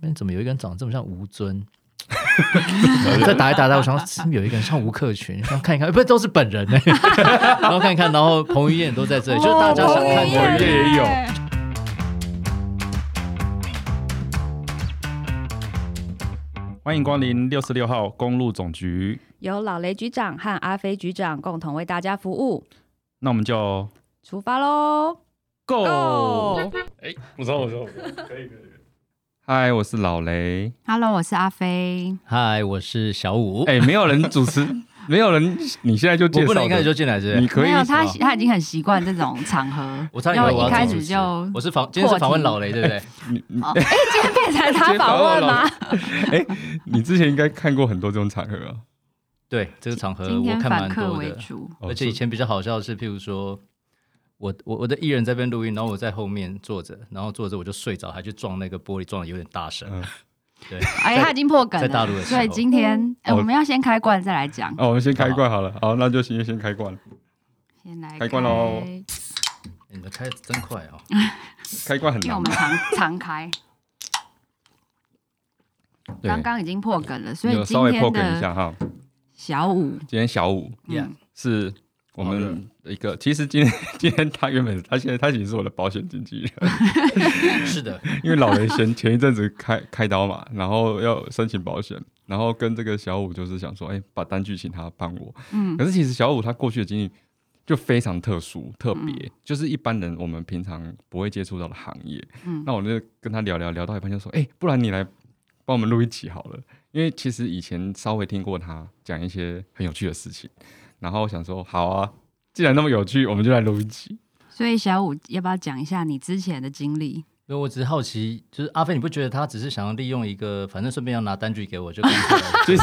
边怎么有一个人长得这么像吴 尊？再打一打打，我想说怎么有一个人像吴克群，然后看一看，哎不都是本人呢、 然后看一看，然后彭于晏都哦在这里，就是大家想看彭于的也人。晏有欢迎光临六十六号公路总局，由老雷局长和阿飞局长共同为大家服务。那我们就出发喽 Go！ ！Go！哎，我知道，我知道，我知道，可以可以。嗨，我是老雷。 Hello，我是阿飞。嗨，我是小五，哎、没有人主 持，没有人，你现在就介我绍不的，能一开始就进来，是不你是？。可以没有他是，吧他已经很习惯这种场合我差点以为要我要一开做主始持就哦我是访，今天是访问破题老雷，对不对？哎、今天变成他访问吗？你之前应该看过很多这种场合啊。对，这个场合 今我天看反蛮客多为的。主，哦而且是以前比较好笑的是，譬如说，我我我的艺人在那边录音，然后我在后面坐着，然后坐着我就睡着，还去撞那个玻璃，撞的有点大声。嗯对，哎、他已经破梗在大陆的了，时所候以今天哎、哦我们要先开罐再来讲，哦，我们先开罐好了，好，那就先先开罐，先来开罐喽哎你们开的真快哦！开罐很因为我难们。常常开，对刚刚已经破梗了，所以有今稍微破天梗一的嗯下哈，小五，今天小五 Yeah 是我们一个，其实今天 今天他原本他现在他已经是我的保险经纪人，是的，因为老雷前前一阵子开开刀嘛，然后要申请保险，然后跟这个小五就是想说，哎、把单据请他帮我。嗯可是其实小五他过去的经历就非常特殊、特别，就是一般人我们平常不会接触到的行业。嗯那我就跟他聊聊聊到一半就说，哎、不然你来帮我们录一集好了，因为其实以前稍微听过他讲一些很有趣的事情，然后我想说，好啊，既然那么有趣，我们就来录一集。所以小五要不要讲一下你之前的经历？因为我只是好奇，就是阿飞，你不觉得他只是想要利用一个，反正顺便要拿单据给我，就跟 他其实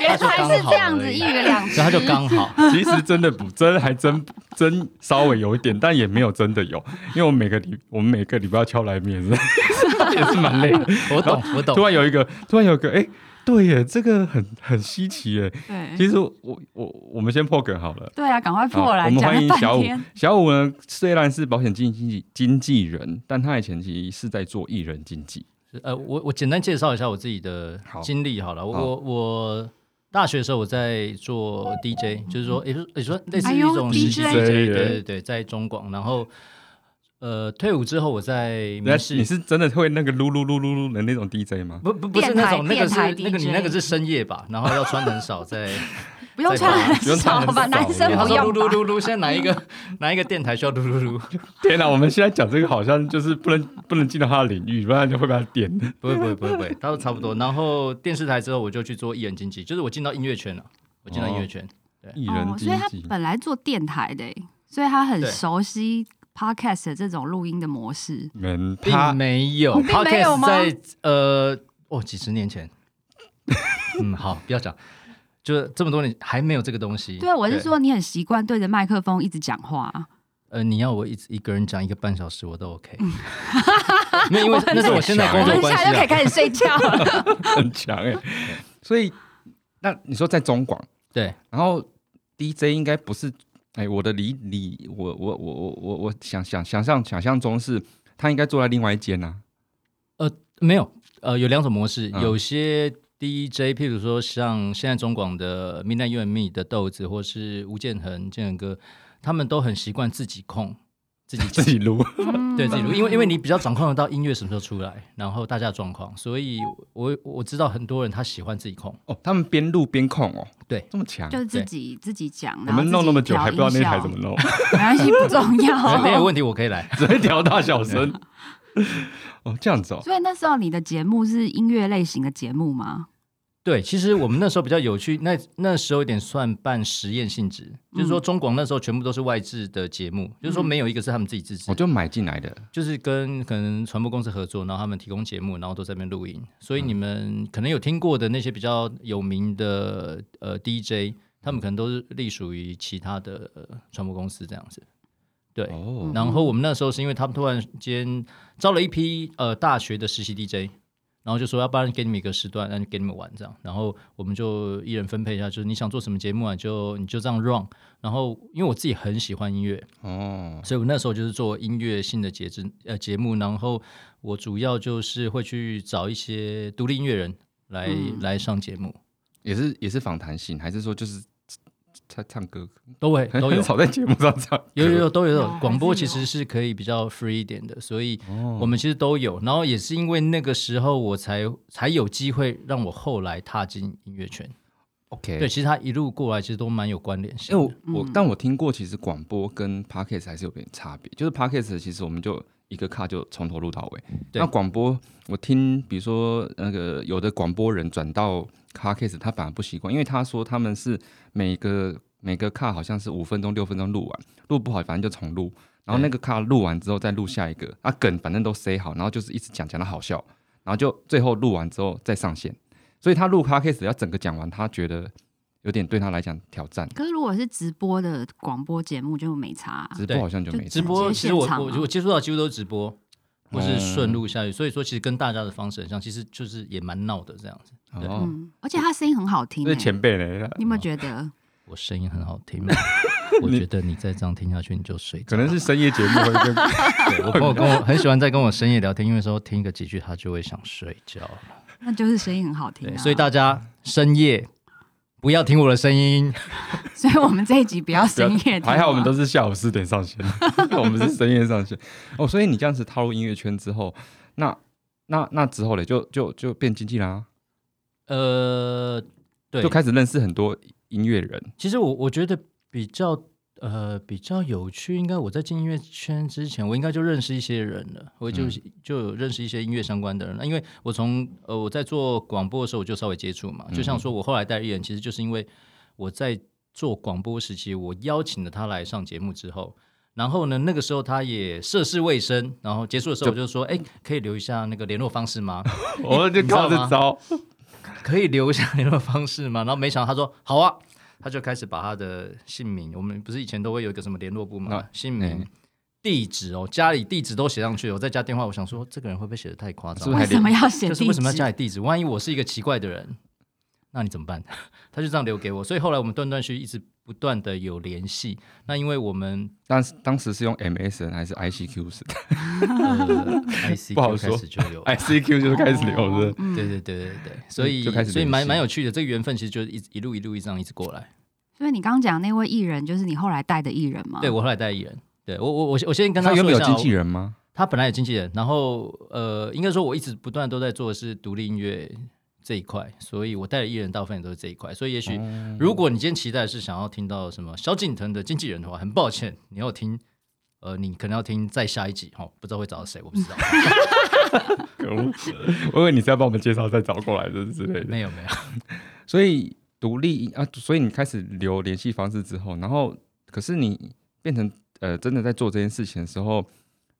原就刚来是好这样而子，已一鱼两吃所以他就刚 好。其实真的不真，还真真稍微有一点，但也没有真的有，因为我们每个礼我们每个礼拜要敲来面是也是蛮累的。 我懂，我突懂。然有一个，突然有一个，哎、对耶，这个很很稀奇耶。对其实我我我们先破梗好了。对啊，赶快好嗯破来我们讲欢了迎小半五天，。小五呢，虽然是保险经纪经纪人，但他以前其实是在做艺人经纪。呃，我我简单介绍一下我自己的好经历好了。我好我我大学的时候我在做 DJ，就是说，也就是也说类似哎于一呦种实习 DJ 对耶对对，在中广。然后呃，退伍之后我嗯在那民视你是真的会那个噜噜噜噜噜的那种 DJ 吗？不不不是电那台种那个是电台那个你 DJ 那个是深夜吧，然后要穿很少在，不用再穿把很不用穿少很 吧，少男因生为他不说用噜噜吧。噜噜，现在哪一个 哪一个电台需要噜噜 噜？天哪、我们现在讲这个好像就是不能不能进到他的领域，不然就会被他点。哦不会不会不会不会， 他说差不多。然后电视台之后我就去做艺人经纪，就是我进到音乐圈了，我进到音乐圈。艺人哦，经所以他纪，本来做电台的欸，所以他很对熟悉 podcast 的这种录音的模式。们并嗯他没有哦并没有 Podcast 吗在呃，哦，几十年前。 嗯，好，不要讲，就是这么多年还没有这个东西。对啊，我是，说你很习惯对着麦克风一直讲话，啊呃，你要我一直一个人讲一个半小时，我都 OK。没有，因为那是我现在我工我作们关现系在就可啊以。开始睡觉了。 很强哎、 所以那你说在中广，对，然后 DJ 应该不是哎、我的理理我我我我我我想想想象想象中是他应该坐在另外一间啊呐、没有，呃，有两种模式，嗯有些 DJ，譬如说像现在中广的 Midnight You and Me 的豆子，或是吴建衡、建衡哥，他们都很习惯自己控、自己自 己录。嗯对自己录，因为因为你比较掌控得到音乐什么时候出来，然后大家的状况，所以我我知道很多人他喜欢自己控，哦，他们边录边控哦，对，这么 强就。是自己自己讲，我然后们弄那么自己久调还不知道那台音效怎么， 弄，没关系，不重没有要。问题，我可以来。只会调大小声。 哦，这 样子哦，所以那时候你的节目是音乐类型的节目吗？对，其实我们那时候比较有趣，那那时候有点算半实验性质，就是说中广那时候全部都是外制的节目，就是说没有一个是他们自己自制我的。就买进来的。就是跟可能传播公司合作，然后他们提供节目，然后都在那边录音。所以你们可能有听过的那些比较有名的呃 DJ，他们可能都是隶属于其他的、呃、传播公司这样子。对，哦，然后我们那时候是因为他们突然间招了一批呃大学的实习 DJ，然后就说要不然给你们一个时段，那就给你们玩这样。然后我们就一人分配一下，就是你想做什么节目啊，你就你就这样 run。然后因为我自己很喜欢音乐，哦，嗯所以我那时候就是做音乐性的节制呃节目，然后我主要就是会去找一些独立音乐人来、嗯来上节目，也是也是访谈性，还是说就是他唱歌都会很都有 很少在节目上唱歌，有有有都有哦有还是广播，有其实是可以比较 free 一点的，所以哦我们其实都有。然后也是因为那个时候，我才才有机会让我后来踏进音乐圈。 OK 对，其实他一路过来，其实都蛮有关联性因为的。嗯我我、但我听过，其实广播跟 podcast 还是有点差别。就是 podcast 其实我们就一个卡就从头录到尾。对那广播我听，比如说那个有的广播人转到 podcast，他反而不习惯，因为他说他们是每个每个卡好像是五分钟六分钟录完，录不好反正就重录。然后那个卡录完之后再录下一个，啊梗反正都塞好，然后就是一直讲讲到好笑，然后就最后录完之后再上线。所以他录 podcast 要整个讲完，他觉得有点对他来讲挑战。可是如果是直播的广播节目就没差啊、直播对好像就就没直差播直接其实我现场我吗我接触到几乎都是直播，或是哦顺路下去，所以说其实跟大家的方式很像，其实就是也蛮闹的这样子。对哦，嗯，而且他声音很好听、这是欸前辈呢，你有没有觉得？我声音很好听 吗？我觉得你再这样听下去，你就睡着可能是深夜节目会跟对我朋友跟我 很喜欢在跟我深夜聊天，因为说听个几句他就会想睡觉了。那就是声音很好听、对，啊。所以大家深夜不要听我的声音。所以我们这一集不要 深夜听啊，还好我们都是下午四点 上线，我们是深夜上线。哦，所以你这样子踏入音乐圈之后，那那那之后嘞，就就就变经纪人啊，呃，对就，开始认识很多音乐人。其实我我觉得比较呃比较有趣，应该我在进音乐圈之前，我应该就认识一些人了，我就、就有认识一些音乐相关的人了。因为我从呃我在做广播的时候，我就稍微接触嘛，就像说我后来带艺人，其实就是因为我在做广播时期，我邀请了他来上节目之后。然后呢？那个时候他也涉世未深，然后结束的时候我就说：“哎，可以留一下那个联络方式吗？”我哦就靠这招，可以留下联络方式吗？然后没想到他说好啊，他就开始把他的姓名，我们不是以前都会有一个什么联络部嘛那，姓名、嗯地址哦，家里地址都写上去了，我再加电话，我想说这个人会不会写的太夸张？是不为还什么要写就地址？是为什么要加你地址？万一我是一个奇怪的人，那你怎么办？他就这样留给我，所以后来我们断断续续一直不断的有联系。那因为我们当时当时是用 MSN 还是 ICQ 时 代 呃不 ICQ 好开说始就有？ICQ 就是开始留的。嗯对对对对对，所以就开始所以联蛮系蛮有趣的，这个缘分其实就一直一路一路一直这样一直过来。所以你刚刚讲那位艺人，就是你后来带的艺人吗？对我后来带艺人，对我我我先我先跟他说原本一下，有哦经纪人吗？他本来有经纪人，然后呃，应该说我一直不断都在做的是独立音乐这一块，所以我带的艺人大部分也都是这一块，所以也许哦如果你今天期待是想要听到什么萧敬腾的经纪人的话，很抱歉，你要听。呃，你可能要听再下一集哦，不知道会找到谁，我不知 道，可恶！我以为你是要帮我们介绍再找过来的之类的。没有没 有，所以独立啊，所以你开始留联系方式之后，然后可是你变成呃真的在做这件事情的时候，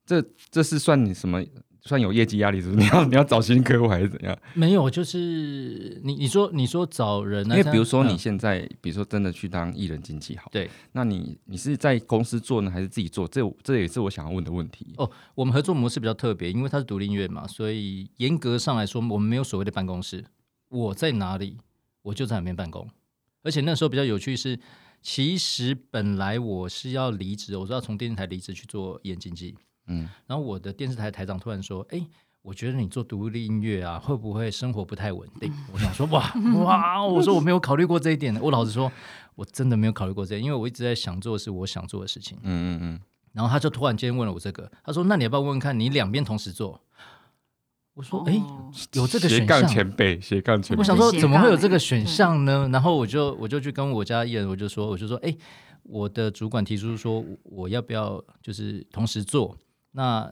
这这是算你什么？算有业绩压力是不是？你要你要找新客户还是怎样？没有，就是你你说你说找人因来参，为比如说你嗯现在，比如说真的去当艺人经纪好，对，那你你是在公司做呢，还是自己做？这这也是我想要问的问题。哦，我们合作模式比较特别，因为它是独立音乐嘛，所以严格上来说，我们没有所谓的办公室，我在哪里，我就在哪边办公。而且那时候比较有趣是，其实本来我是要离职，我是要从电视台离职去做演经济，嗯，然后我的电视台台长突然说：“哎、我觉得你做独立音乐啊，会不会生活不太稳定？”我想说：“哇哇！”哦我说我没有考虑过这一点。我老实说，我真的没有考虑过这一点，因为我一直在想做的是我想做的事情。嗯嗯嗯，然后他就突然间问了我这个，他说：“那你要不要问问看你两边同时做？”我说：“哎、哦有这个斜选杠项。”啊前辈，斜杠前辈我想说斜杠怎么会有欸这个选项呢？然后我就我就去跟我家艺人，我就说我就说，哎、我的主管提出说我我要不要就是同时做？那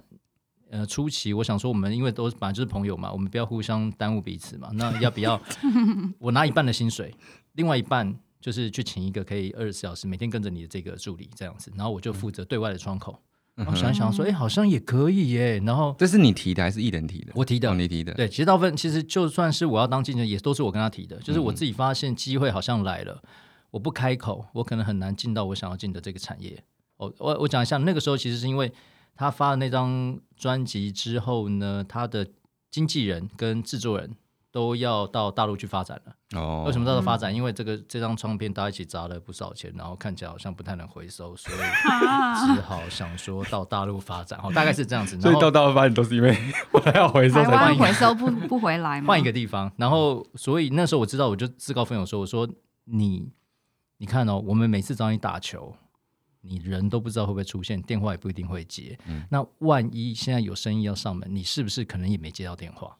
呃初期我想说我们因为都本来就是朋友嘛，我们不要互相耽误彼此嘛。那要不 要我拿一半的薪水，另外一半？就是去请一个可以二十四小时每天跟着你的这个助理这样子，然后我就负责对外的窗口。然后想一想说，哎、好像也可以耶。然后这是你提的还是艺人提的？我提的哦你提的。对，其实大部分其实就算是我要当经纪人，也都是我跟他提的，就是我嗯自己发现机会好像来了，我不开口，我可能很难进到我想要进的这个产业。哦，我我讲一下，那个时候其实是因为他发了那张专辑之后呢，他的经纪人跟制作人都要到大陆去发展了。哦为什么叫做发展？因为这个这张唱片大家一起砸了不少钱，然后看起来好像不太能回收，所以 啊只好想说到大陆发展，哦，大概是这样 子。所然以到后大陆发展都是因为 我还要回收台才湾进回收不不回来吗？换一个地方，然后所以那时候我知道，我就自告奋勇说：“我说你，你看哦，我们每次找你打球，你人都不知道会不会出现，电话也不一定会接。嗯那万一现在有生意要上门，你是不是可能也没接到电话？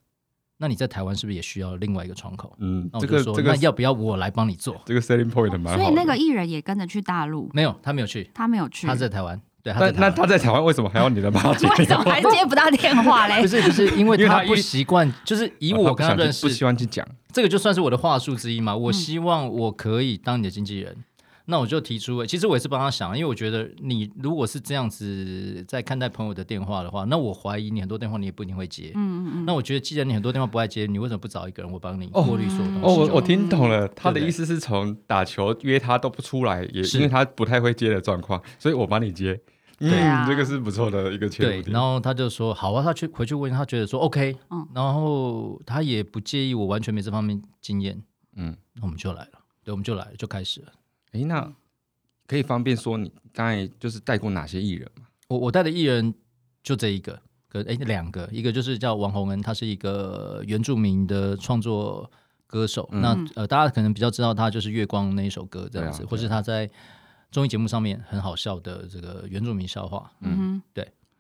那你在台湾是不是也需要另外一个窗口？嗯那，我这就个说，这个那要不要我来帮你 做？这个 selling point 蛮好所的。以那个艺人也跟着去大陆，没有，他没有去，他没有去，他在台湾，对，他在那台那湾。他在台湾为什么还要你的妈接？为什么还接不到电话 嘞不？是不是，因为因为他他不一习惯，就是 以哦他我不跟他想去认识不，喜欢去讲。这个就算是我的话术之一嗯嘛。我希望我可以当你的经纪人，那我就提出了，其实我也是帮他想，因为我觉得你如果是这样子在看待朋友的电话的话，那我怀疑你很多电话你也不一定会接。嗯嗯嗯，那我觉得既然你很多电话不爱接，你为什么不找一个人我帮你哦过滤所有东西？哦，我就我听懂了，他的对不对意思是从打球约他都不出来，也是因为他不太会接的状况，所以我帮你接。对嗯啊，这个是不错的一个切入对，点然。后他就说好啊，他去回去问，他觉得说 OK，、嗯然后他也不介意我完全没这方面经验，嗯，那我们就来了，对，我们就来了，就开始了。诶，那可以方便说你刚才就是带过哪些艺人吗？我我带的艺人就这一个，可哎两个，一个就是叫王洪恩，他是一个原住民的创作歌手。嗯那呃，大家可能比较知道他就是《月光》那一首歌这样子，对啊或是他在综艺节目上面很好笑的这个原住民笑话。嗯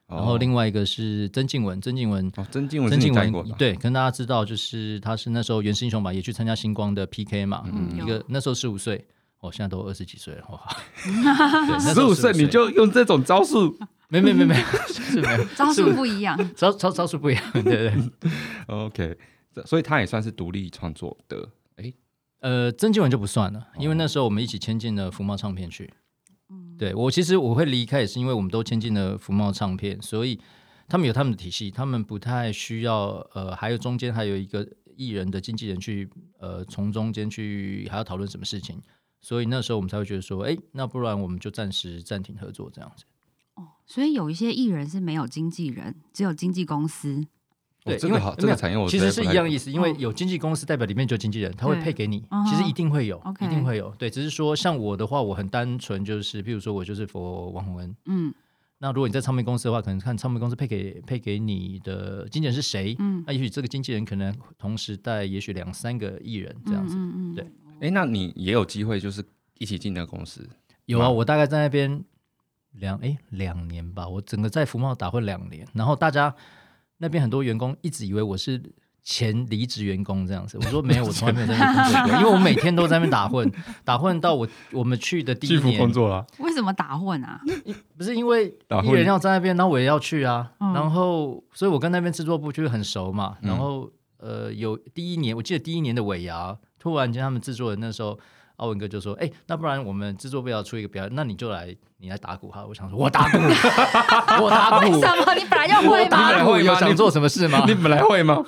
然后哦另外一个是曾静文，曾静文。哦，曾静文是曾你静带过的文吧，对，跟大家知道，就是他是那时候原生英雄嘛，也去参加星光的 PK 嘛，嗯一有个那时候十五岁，我、现在都二十几岁了， 哇，十五岁你就用这种招 数没没 没没，是没有哼，招数不一样，招招招数不一样，对对对。哦，OK，这所以他也算是独立创作的。哦诶， 呃，曾纪文就不算了，因为那时候我们一起签进了福茂唱片去。对我其实我会离开，也是因为我们都签进了福茂唱片，所以他们有他们的体系，他们不太需要呃，还有中间还有一个艺人的经纪人去呃，从中间去还要讨论什么事情，所以那时候我们才会觉得说，哎，那不然我们就暂时暂停合作这样子。所以有一些艺人是没有经纪人，只有经纪公司。哦对，这因为个好，没这个有产业我其实实在是不一太样懂意思，因为哦有经纪公司代表里面就有经纪人，他会对配给你嗯，哼其实一定会有， OK 一定会有。对，只是说像我的话，我很单纯，就是譬如说我就是佛王洪恩。嗯那如果你在唱片公司的话，可能看唱片公司配给配给你的经纪人是谁，嗯，那也许这个经纪人可能同时带也许两三个艺人这样子。嗯嗯嗯对诶，那你也有机会就是一起进那个公司，有啊，哇我大概在那边两哎两年吧，我整个在福茂打混两年，然后大家那边很多员工一直以为我是。前离职员工这样子，我说没有，我从来没有在那边工作 过，因为我每天都在那边打混，打混到我我们去的第一巨幅年，工作啦。为什么打混啊？不是因为打艺混人要在那边，然后我也要去啊，嗯然后所以我跟那边制作部就是很熟嘛，嗯然后呃有第一年，我记得第一年的尾牙，突然间他们制作人那时候。阿文哥就说：“哎、那不然我们制作部要出一个表演，那你就来，你来打鼓哈。”我想说，我打 鼓，我打为鼓，什么 你本来就会吗？打鼓有想做什么事吗 你？本来会吗？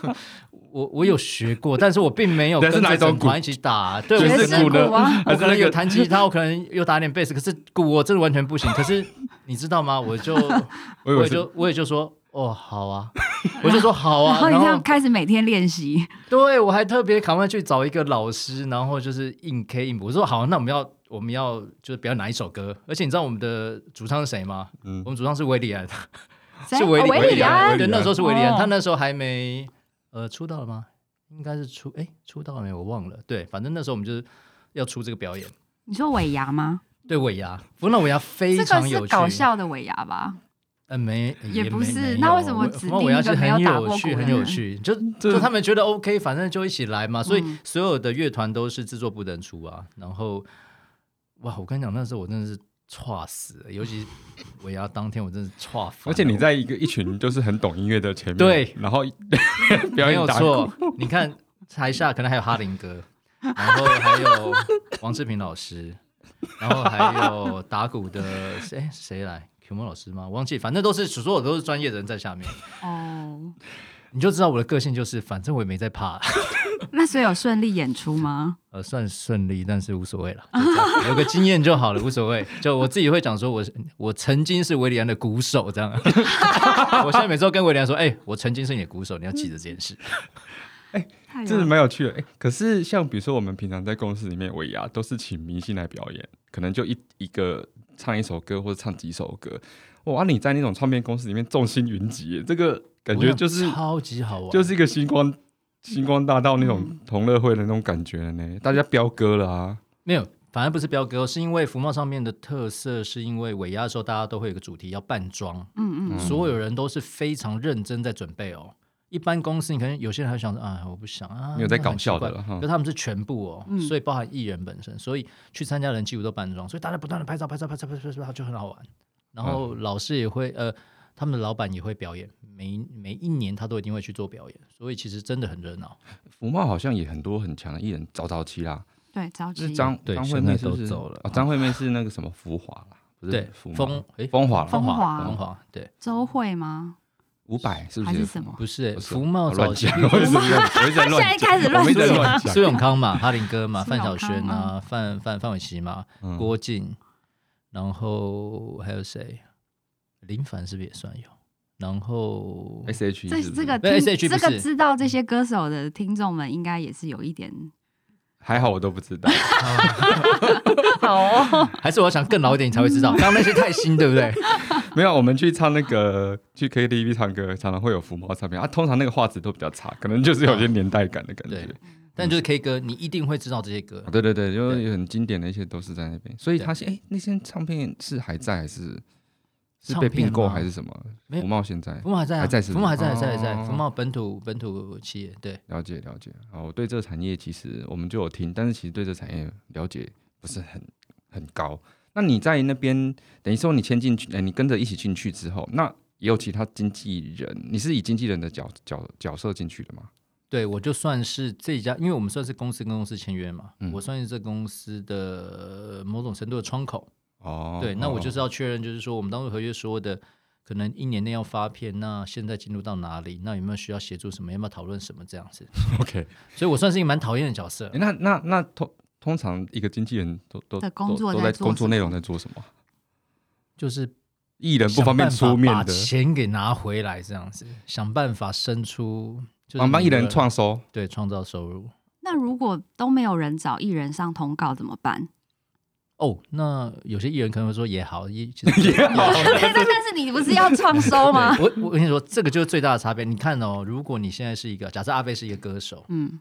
我我有学过，但是我并没有你跟是哪着一种整鼓团一起打。对，爵我啊士可能鼓我的可能，我还是可能那有个弹吉他，我可能又打点贝斯，可是鼓我真的完全不行。可是你知道吗？我就 我以我为也是就我也就说哦好啊， 我就说好 然后啊，你然这样后开始每天练习，对我还特别赶快去找一个老师，然后就是硬 K 硬补，我说好，啊那我们要我们要就是表演哪一首歌？而且你知道我们的主唱是谁吗？嗯我们主唱是维里安，谁是维里哦维里里安对，那时候是维里安，哦他那时候还没呃出道了吗？应该是出哎出道了没？我忘了。对，反正那时候我们就是要出这个表演。你说尾牙吗？对尾牙，不过那尾牙非这个常是有趣。搞笑的尾牙吧？呃，没，也没不是没那有为什么我指我定我要一去个没很有打有过趣，鼓很的有人趣，就这就他们觉得 OK，反正就一起来嘛。所以嗯所有的乐团都是制作部的人出啊。然后，哇，我跟你讲，那时候我真的是歘死了，尤其尾牙当天，我真的是歘烦了。 而且你在一个一群就是很懂音乐的前面，对，然后 表没演有打鼓，错，你看台下可能还有哈林哥，然后还有王志平老师，然后还有打鼓的谁谁来 Q 梦老师吗？忘记，反正都是所有都是专业人在下面。哦，你就知道我的个性就是，反正我也没在怕，那所以有顺利演出吗？呃，算顺利，但是无所谓了，就这样有个经验就好了，无所谓。就我自己会讲说我，是我曾经是维里安的鼓手，这样。 我现在每周跟维里安说，哎、我曾经是你的鼓手，你要记得这件事。太这是了。蛮有趣的。哎、可是像比如说我们平常在公司里面尾牙都是请明星来表演，可能就一一个唱一首歌或者唱几首歌。哇，啊你在那种唱片公司里面众星云集耶，这个感觉就是我想超级好玩，就是一个星光星光大道那种同乐会的那种感觉了呢。大家飙歌了啊，没有，反而不是彪哥，是因为福茂上面的特色，是因为尾牙的时候大家都会有一个主题要扮装，嗯嗯，所有人都是非常认真在准备哦。一般公司你可能有些人还想说啊，我不想啊，没有在那很搞笑的奇怪了哈可他们是全部哦，嗯所以包含艺人本身，所以去参加的人几乎都扮装，所以大家不断的拍照拍照拍照拍照拍照拍照就很好玩。然后嗯老师也会呃，他们的老板也会表演，每每一年他都一定会去做表演，所以其实真的很热闹。福茂好像也很多很强的艺人早早期啦，对，着就是急。张对张惠现妹在是都不是走了哦张惠妹是那个什么福华啦，不是对，福茂风诶风华啦风华风华对。周慧吗？五百是不还是也是是什么？不是、欸，不是福茂我早乱期讲，我一直乱我一直在乱现在开始讲我们一直在乱乱讲苏永康嘛，哈林哥嘛，苏范永晓萱康嗯啊，范范范玮琪嘛，嗯郭靖，然后还有谁？林凡是不是也算有？然后 S H E 这这个不是听 SH 不这是个知道这些歌手的听众们应该也是有一点还好我都不知道， 好哦，还是我想更老一点你才会 知道，刚刚那些太新，对不对？没有，我们去唱那个去 K T V 唱歌，常常会有福猫唱片啊，通常那个画质都比较差，可能就是有些年代感的感觉啊对。但就是 K 歌，你一定会知道这些歌啊。对对对，就对是很经典的一些都是在那边，所以他现哎那些唱片是还在还是是被并购唱片吗还是什么？没有福茂现在福茂还在、啊，还在是福不是茂还在，还在，还在。哦福茂本土本土企业，对，了解了解，好，我对这个产业其实我们就有听，但是其实对这产业了解不是很很高。那你在那边，等于说你先进去，呃，你跟着一起进去之后，那也有其他经纪人，你是以经纪人的角角角色进去的吗？对，我就算是这家，因为我们算是公司跟公司签约嘛，嗯我算是这公司的某种程度的窗口。哦，对，那我就是要要确认，就是说我们当初合约说的，可能一年内要发片，那现在进度到哪里？那有没有需要协助什么？要不要讨论什么这样子？ OK。所以我算是一个蛮讨厌的角色诶。那那那通通常一个经纪人都都的工作都都在在做工什作么内容在做什么？ 就是艺人不方便出想办面法的把，钱给拿回来这样子，想办法生出就是帮帮艺你的人创收。对创造收入。那如果都没有人找艺人上通告怎么办？哦，那有些艺人可能会说也好，也 其实也好但但但是你不是要创收吗？对我我跟你说，这个就是最大的差别。你看哦，如果你现在是一个，假设阿飞是一个歌手，嗯，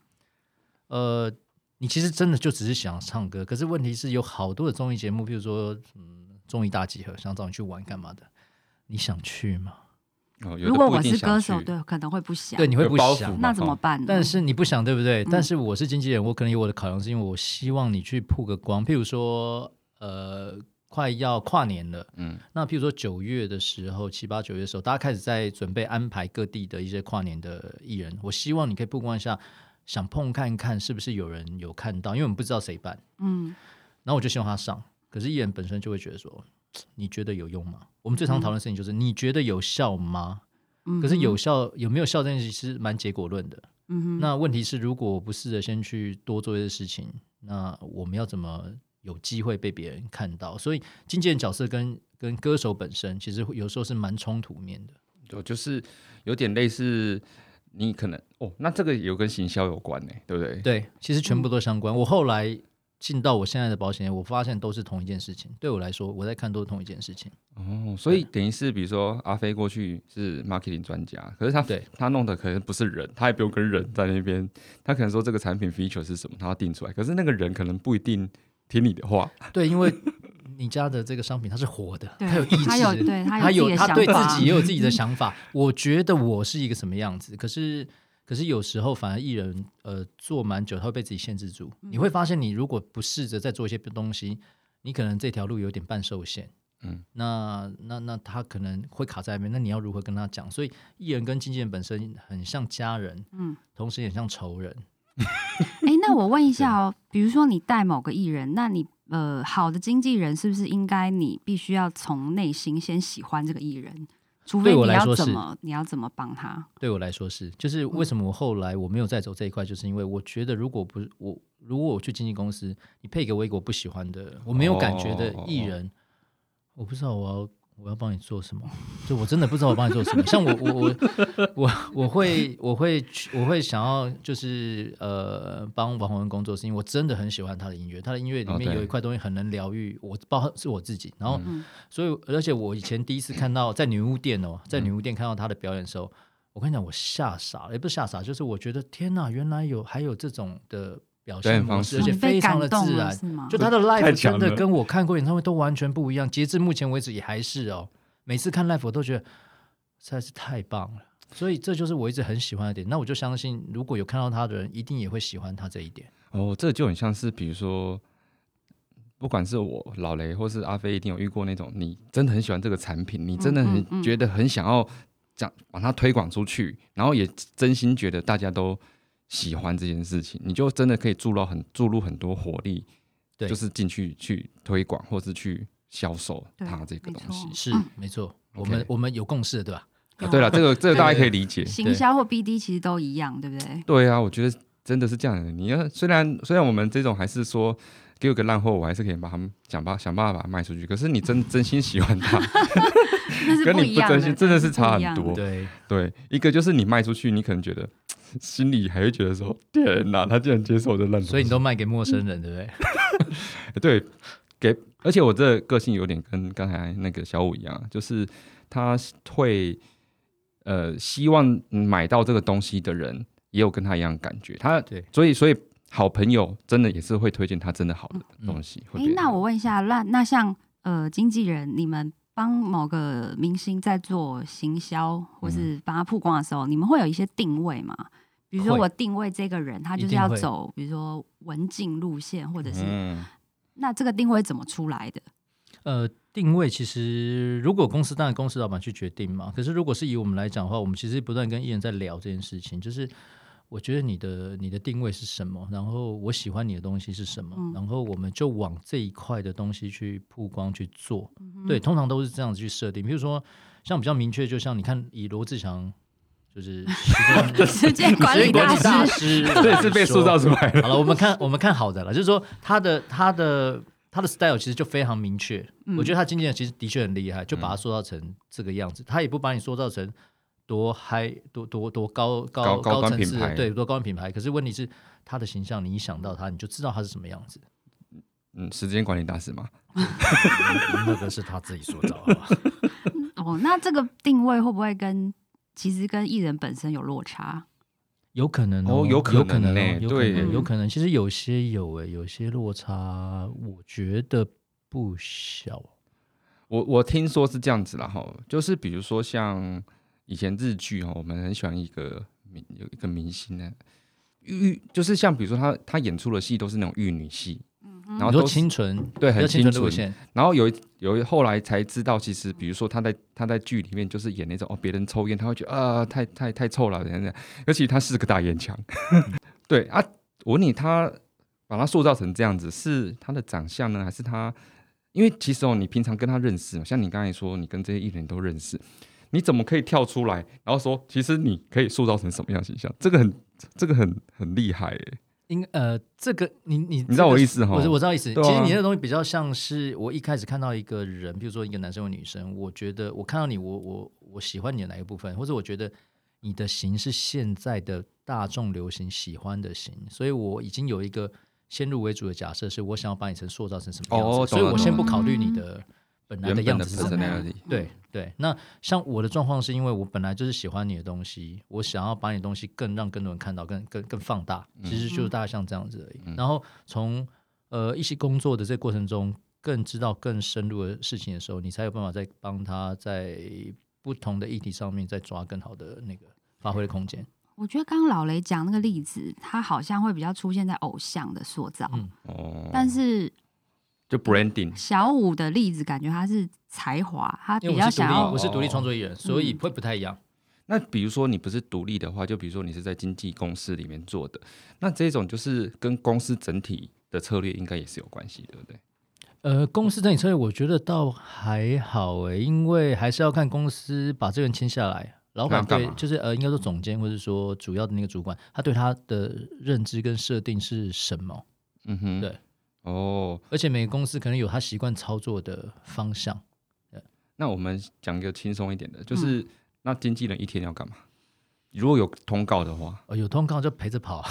呃，你其实真的就只是想唱歌，可是问题是有好多的综艺节目，比如说嗯，综艺大集合，想找你去玩干嘛的，你想去吗？哦，有如的果不一我定是想歌手，去，对，可能会不想对，。你会有不包想袱。那怎么办呢？但是你不想，对不对？但是我是经纪人，我可能有我的考量，是因为我希望你去曝个光。譬如说，呃，快要跨年了，嗯，那譬如说九月的时候，七八九月的时候，大家开始在准备安排各地的一些跨年的艺人。我希望你可以曝光一下，想碰看看是不是有人有看到，因为我们不知道谁办。嗯，然后我就希望他上，可是艺人本身就会觉得说，你觉得有用吗？我们最常讨论的事情就是、你觉得有效吗？嗯可是有效有没有效这件事是蛮结果论的。嗯哼那问题是，如果我不试着先去多做一些事情，那我们要怎么有机会被别人看到？所以经纪人角色跟跟歌手本身其实会有时候是蛮冲突面的。哦就就是有点类似，你可能哦，那这个有跟行销有关呢、对不对？对，其实全部都相关。我后来进到我现在的保险业，我发现都是同一件事情。对我来说，我在看都是同一件事情。哦，所以等于是比如说阿飞过去是 marketing 专家，可是他对他弄的可能不是人，他也不用跟人在那边，他可能说这个产品 feature 是什么，他要定出来，可是那个人可能不一定听你的话，对，因为你家的这个商品它是活的，对它有意志，它有对它有它自它对己的想法自己也有 自己的想法。我觉得我是一个什么样子，可是可是有时候反而艺人呃做蛮久，他会被自己限制住。你嗯会发现，你如果不试着再做一些东西，你可能这条路有点半受限。嗯，那那那他可能会卡在那边，那你要如何跟他讲？所以艺人跟经纪人本身很像家人，嗯，同时也很像仇人。哎、那我问一下哦，比如说你带某个艺人，那你呃，好的经纪人是不是应该你必须要从内心先喜欢这个艺人？除非对我你来要说怎是么，你要怎么帮他？对我来说是，就是嗯为什么我后来我没有再走这一块，就是因为我觉得如果不是我，如果我去经纪公哦司，你配给我一个我不喜欢的，我没有感觉的艺人，我不知道我要我要帮你做什么？就我真的不知道我帮你做什么。像我我我我我会我会去我会想要就是呃帮王宏恩工作，是因为我真的很喜欢他的音乐，他的音乐里哦面对有一块东西很能疗愈我，包括是我自己。然后、嗯所以而且我以前第一次看到在女巫店哦，在女巫店看到他的表演的时候，我跟你讲我吓傻了，也不是吓傻，就是我觉得天哪，原来有还有这种的表表现演方模式，式而且你被非常的感动自了然。是吗？就他的 live 太强真的了跟我看过演唱会都完全不一样，截至目前为止也还是哦。每次看 live 我都觉得实在是太棒了，所以这就是我一直很喜欢的点。那我就相信，如果有看到他的人，一定也会喜欢他这一点。哦，这就很像是，比如说，不管是我老雷或是阿飞，一定有遇过那种，你真的很喜欢这个产品，你真的很、嗯嗯嗯觉得很想要讲把它推广出去，然后也真心觉得大家都喜欢这件事情，你就真的可以注入很注入很多火力，对就是进去去推广或是去销售对它这个东西没。是，没错，我 OK 们我们有共识的，对吧？啊对了，这个这个大家可以对理解。行销或 BD 其实都一样，对不对？ 对啊，我觉得真的是这样的。你要虽然虽然我们这种还是说给我个烂货，我还是可以把他们想办想办法把它卖出去。可是 你真真心喜欢它，那是跟不你一不样的，真心真的是差不一样很的多。对，对，一个就是你卖出去，你可能觉得心里还会觉得说天哪，他竟然接受我的烂东西，所以你都卖给陌生人，对不对？对，给，而且我这个性有点跟刚才那个小五一样，啊就是他会呃希望买到这个东西的人也有跟他一样的感觉，他对，所以所以好朋友真的也是会推荐他真的好的东西。会哎给，那我问一下，那那像呃经纪人，你们帮某个明星在做行销嗯或是帮他曝光的时候，你们会有一些定位吗？比如说会我定位这个人，他就一是定要会走，比如说文静路线，或者是、嗯，那这个定位怎么出来 的？呃，定位其实如果公司当然公司老板去决定嘛，可是如果是以我们来讲的话，我们其实不断跟艺人在聊这件事情，就是我觉得你的你的定位是什么，然后我喜欢你的东西是什么，嗯然后我们就往这一块的东西去曝光去做，对，通常都是这样子去设定。比如说像比较明确，就像你看以罗志祥就是 时间时间管时理间管大理大师，师，这也是被塑造出来的。好了，我们看我们看好的了，就是说他的他的他的 style 其实就非常明确。嗯我觉得他经纪人其实的确很厉害，就把他塑造成这个样子，他也不把你塑造成多嗨多多多高高高高端层次品牌的，对，多高端品牌。可是问题是他的形象，你一想到他，你就知道他是什么样 子。嗯，时间管理大师嘛，那个是他自己塑造，好吧？哦，那这个定位会不会跟其实跟艺人本身有落差？ 有可能哦哦，有可能有可能欸哦，有可对能，耶有可能。其实有些有诶，有些落差，我觉得不小。我我听说是这样子啦哈，就是比如说像以前日剧哈，我们很喜欢一个明有一个明星呢，玉就是像比如说他他演出的戏都是那种玉女戏，然后嗯你说都是清纯，对比较很清清纯的路纯，线，然后有一有一后来才知道，其实比如说他在他在剧里面就是演那种哦别人抽烟，他会觉得啊、太太太臭了，等等，而且他是个大烟枪。 对啊，我问你，他把他塑造成这样子，是他的长相呢，还是他？因为其实哦，你平常跟他认识，像你刚才说，你跟这些艺人都认识，你怎么可以跳出来，然后说其实你可以塑造成什么样的形象？这个很这个很很厉害耶，应呃，这个你你你你知道我意思哈？我知我知道意思。对啊其实你那个东西比较像是我一开始看到一个人，比如说一个男生或女生，我觉得我看到你，我我我喜欢你的哪一个部分，或者我觉得你的型是现在的大众流行喜欢的型，所以我已经有一个先入为主的假设，是我想要把你成塑造成什么样子，哦懂所以了我先懂了不考虑你的本来原的本样的子是怎么样。 personality，对对，那像我的状况是因为我本来就是喜欢你的东西，我想要把你的东西更让更多人看到，更更更放大，其实嗯就是大概像这样子而已。然后从呃一起工作的这个过程中，更知道更深入的事情的时候，你才有办法再帮他在不同的议题上面再抓更好的那个发挥的空间。我觉得刚刚老雷讲那个例子，他好像会比较出现在偶像的塑造，嗯哦，但是就 branding 小五的例子，感觉他是才华，他因比为我较是独想立，哦要哦嗯我是独立创作艺人，所以会不太一样。那比如说你不是独立的话，就比如说你是在经纪公司里面做的，那这种就是跟公司整体的策略应该也是有关系，对不对？呃，公司整体策略我觉得倒还好诶，因为还是要看公司把这个人签下来，老板那干对嘛就是呃，应该说总监或者说主要的那个主管，他对他的认知跟设定是什么？嗯哼对。哦，而且每个公司可能有他习惯操作的方向，那我们讲一个轻松一点的，嗯就是、那经纪人一天要干嘛？如果有通告的话，哦，有通告就陪着跑。啊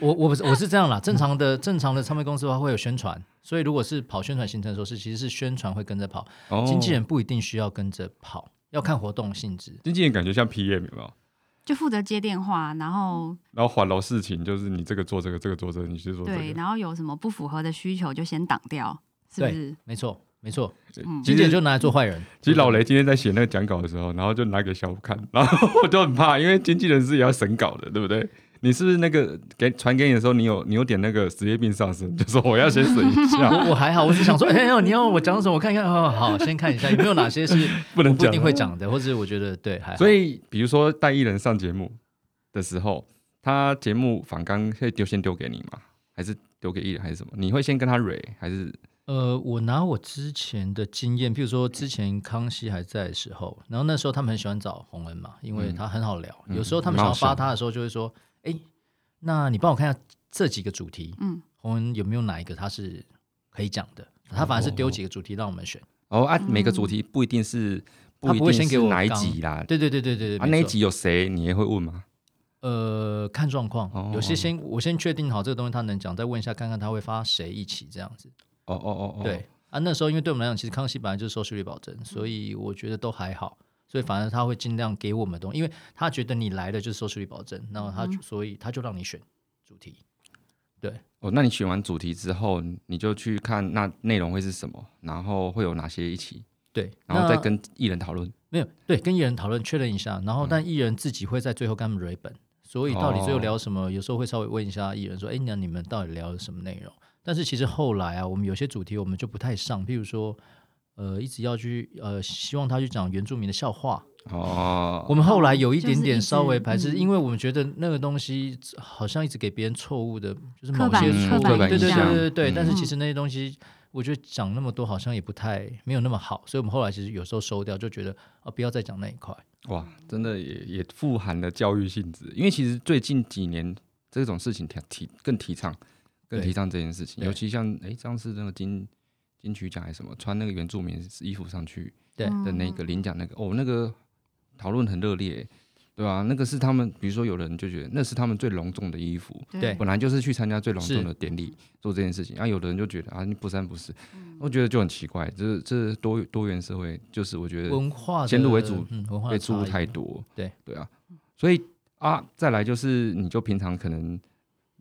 我我不是我是这样啦，正常的正常的唱片公司的话会有宣传，所以如果是跑宣传行程的时候，是其实是宣传会跟着跑，哦经纪人不一定需要跟着跑，要看活动性质。经纪人感觉像 PM 有没有？就负责接电话，然后然后环楼事情就是你这个做这个，这个做这个，你去做这对，个。然后有什么不符合的需求就先挡掉，是不对是？没错，没错，嗯经纪人就拿来做坏人。其实老雷今天在写那个讲稿的时候，然后就拿给小五看，然后我就很怕，因为经纪人是也要审稿的，对不对？你是不是那个给传给你的时候，你有你有点那个职业病上身，就说我要先审一下， 我我还好，我只想说，哎 呦，你要我讲什么？我看一看，哦，好，先看一下有没有哪些 是不我能不一讲定。会讲的，或者我觉得对，还好所以比如说带艺人上节目的时候，他节目反纲会丢先丢给你吗？还是丢给艺人还是什么？你会先跟他蕊还是呃，我拿我之前的经验，譬如说之前康熙还在的时候，然后那时候他们很喜欢找洪恩嘛，因为嗯他很好聊。嗯有时候他们蛮想要好发笑的他的时候，就会说：“哎、那你帮我看一下这几个主题，嗯，洪恩有没有哪一个他是可以讲的？”他反而是丢几个主题让我们选。哦啊，每个主题不一定是，他一不会定先给是我哪一纲集啦，对对对对对，啊没那一错集有谁你也会问吗？呃看状况，哦有些先我先确定好这个东西他能讲，再问一下看看他会发谁一起这样子。哦哦哦哦，对，啊，那时候因为对我们来讲，其实康熙本来就是收视率保证，所以我觉得都还好。所以反而他会尽量给我们东西，因为他觉得你来的就是收视率保证，然后嗯他就、所以他就让你选主题。哦，那你选完主题之后，你就去看那内容会是什么，然后会有哪些一起，对，然后再那跟艺人讨论。没有对跟艺人讨论确认一下，然后但艺人自己会在最后跟他们 r 本，所以到底最后聊什么，有时候会稍微问一下艺人说：“哎，那你们到底聊了什么内容？”但是其实后来啊，我们有些主题我们就不太上，譬如说，呃，一直要去呃，希望他去讲原住民的笑话，哦，我们后来有一就是点一点直稍微排斥，嗯因为我们觉得那个东西好像一直给别人错误的，就是刻某板些印错误刻的，板对对对印象对对对。嗯但是其嗯实那些东西，我觉得讲那么多好像也不太没有那么好，所以我们后来其实有时候收掉，就觉得啊不要再讲那一块。哇，真的也也富含了教育性质，因为其实最近几年这种事情提提更提倡，更对提倡这件事情，对尤其像哎上次那个金金曲奖还是什么，穿那个原住民衣服上去对的嗯那个领奖那个，哦，那个讨论很热烈，欸对吧、那个是他们，比如说有人就觉得那是他们最隆重的衣服，对本来就是去参加最隆是重的典礼做这件事情，啊，有的人就觉得啊，你不三不四，嗯我觉得就很奇怪，这这多多元社会就是我觉得文化的先入为主嗯，文化被的注入差异太多。对对啊，所以啊，再来就是你就平常可能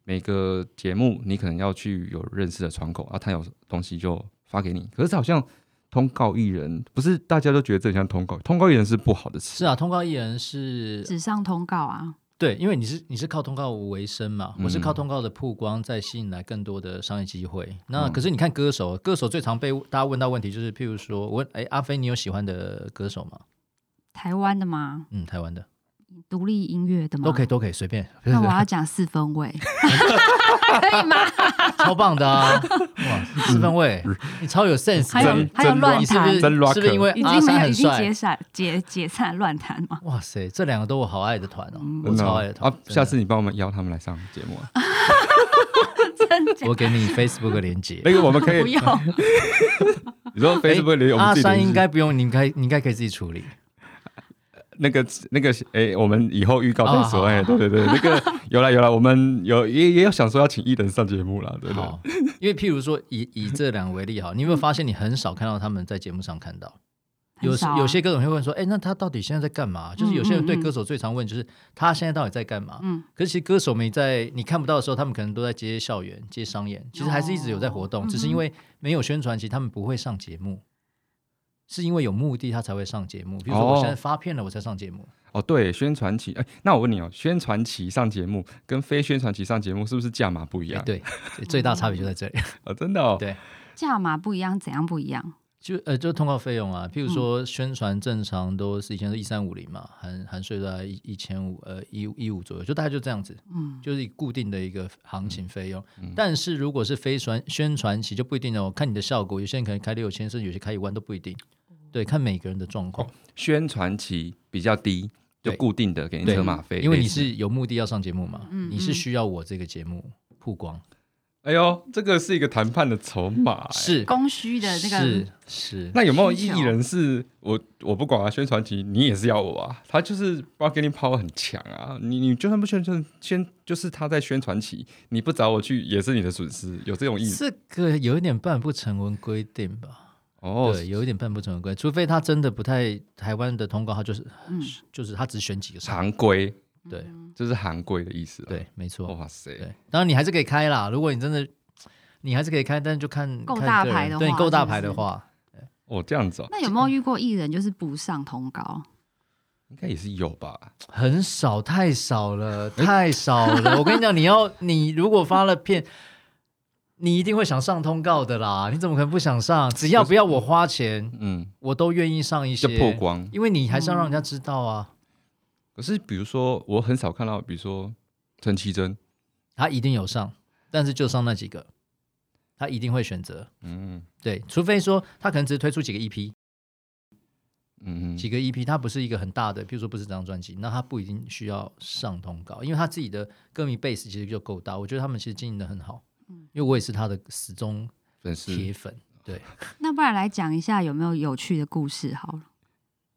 每个节目你可能要去有认识的窗口啊，他有东西就发给你。可是好像通告艺人不是大家都觉得这很像通告，通告艺人是不好的事。是啊，通告艺人是纸上通告啊，对，因为你是你是靠通告为生嘛，我是嗯靠通告的曝光再吸引来更多的商业机会。那嗯可是你看歌手，歌手最常被大家问到问题就是，譬如说，我问哎阿飞，你有喜欢的歌手吗？台湾的吗？嗯，台湾的独立音乐的吗？都 可以，都可以随便，那我要讲四分 位，可以吗？超棒的 啊！哇，四分位，你超有 sense，还有的还有乱你是不弹是嗯真 rocker 是不是因为已阿经没啊三有，已很经解帅？散解解散乱谈嘛。 哇塞，这两个都我好爱的团哦，嗯我真的超哦爱的团啊！真的下次你帮我们邀他们来上节目啊，真假我给你 Facebook 的连 接。那个我们可 不以，用，你说哎 Facebook 里我们哎阿自己三联啊系应该不用，你应该你应该可以自己处理。那个那个，哎、我们以后预告再说。哦哎、对对对，那个有了有了，我们有也也有想说要请艺人上节目了，对对。好，因为譬如说以以这两个为例哈，你有没有发现你很少看到他们在节目上看到？有很少啊有些歌手会问说，哎、那他到底现在在干嘛？就是有些人对嗯嗯歌手最常问就是他现在到底在干嘛？嗯，可是其实歌手没在你看不到的时候，他们可能都在接校园、接商演，其实还是一直有在活动，哦只是嗯哼因为没有宣传，其实他们不会上节目，是因为有目的他才会上节目。比如说哦我现在发片了，我才上节目。哦，对，宣传期，哎、那我问你哦，宣传期上节目跟非宣传期上节目是不是价码不一哎样？对，最大差别就在这里。哦，真的哦，对价码不一样，怎样不一样？就呃，就通告费用啊，譬嗯如说宣传正常都是以前是一三五零嘛，含含税大概一一千五呃一一五左右，就大概就这样子，嗯，就是一个固定的一个行情费用。嗯但是如果是非传宣传期就不一定哦，看你的效果，有些人可能开六千，甚至有些开一万都不一定，对，看每个人的状哦况。宣传期比较低，就对固定的给你对车马费，因为你类似，是有目的要上节目嘛，嗯你是需要我这个节目曝光，哎、哎呦，这个是一个谈判的 筹码、哎是供需的那个是是， 那有没有需艺求人是我我不管啊，宣传期你也是要我啊？他就是 bargaining power 很强啊！你你就算不宣传，先就是他在宣传期，你不找我去也是你的损失，有这种意思这个有一点半不成文规定吧？哦。对，有一点半不成文规定，除非他真的不太台湾的通告，他就是、嗯就是他只选几个场，常规对就是行规的意思、啊。，对，没错，哇塞，对，当然你还是可以开啦，如果你真的你还是可以开，但是就看够看大个人牌的对你话够是大不牌的是话，哦这样子哦，那有没有遇过艺人就是不上通告？应该也是有吧？很少，太少 了，太少了。我跟你讲，你要你如果发了片，你一定会想上通告的啦。你怎么可能不想上？只要不要我花钱，嗯，我都愿意上一就些破，光。因为你还是要让人嗯家知道啊。可是比如说，我很少看到，比如说陈绮贞，他一定有上，但是就上那几个，他一定会选择。嗯对，除非说他可能只是推出几个 EP，嗯嗯几个 EP，他不是一个很大的，譬如说不是这张专辑，那他不一定需要上通告，因为他自己的歌迷 base 其实就够大。我觉得他们其实经营的很好，嗯因为我也是他的死忠粉丝铁粉。对，那不然来讲一下有没有有趣的故事好了？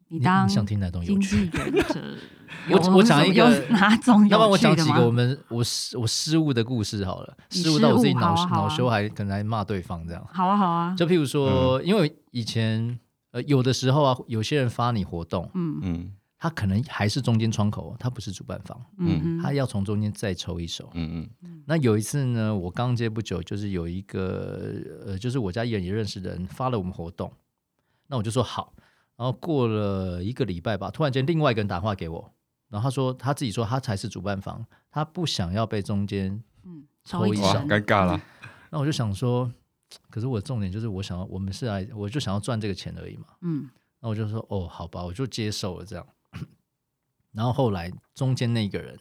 你你当你想听哪种有经纪趣？，人者 我有我讲一个有哪要种有趣的吗不然我讲几个我们我失我失误的故事好了，你失误到我自己失误脑好啊好啊脑羞还可能还骂对方这样。好啊好啊，就譬如说，因为以前呃有的时候啊，有些人发你活动，嗯嗯他可能还是中间窗口，他不是主办方，嗯他嗯，要从中间再抽一手。嗯那有一次呢，我刚接不久，就是有一个呃，就是我家艺人也认识的人发了我们活动，那我就说好。然后过了一个礼拜吧，突然间另外一个人打电话给我，然后他说他自己说他才是主办方，他不想要被中间。抽抽一一嗯，嗯哇，手身，尴尬了。那我就想说，可是我的重点就是我想要，我们是来，我就想要赚这个钱而已嘛。嗯，那我就说哦，好吧，我就接受了这样。然后后来中间那个人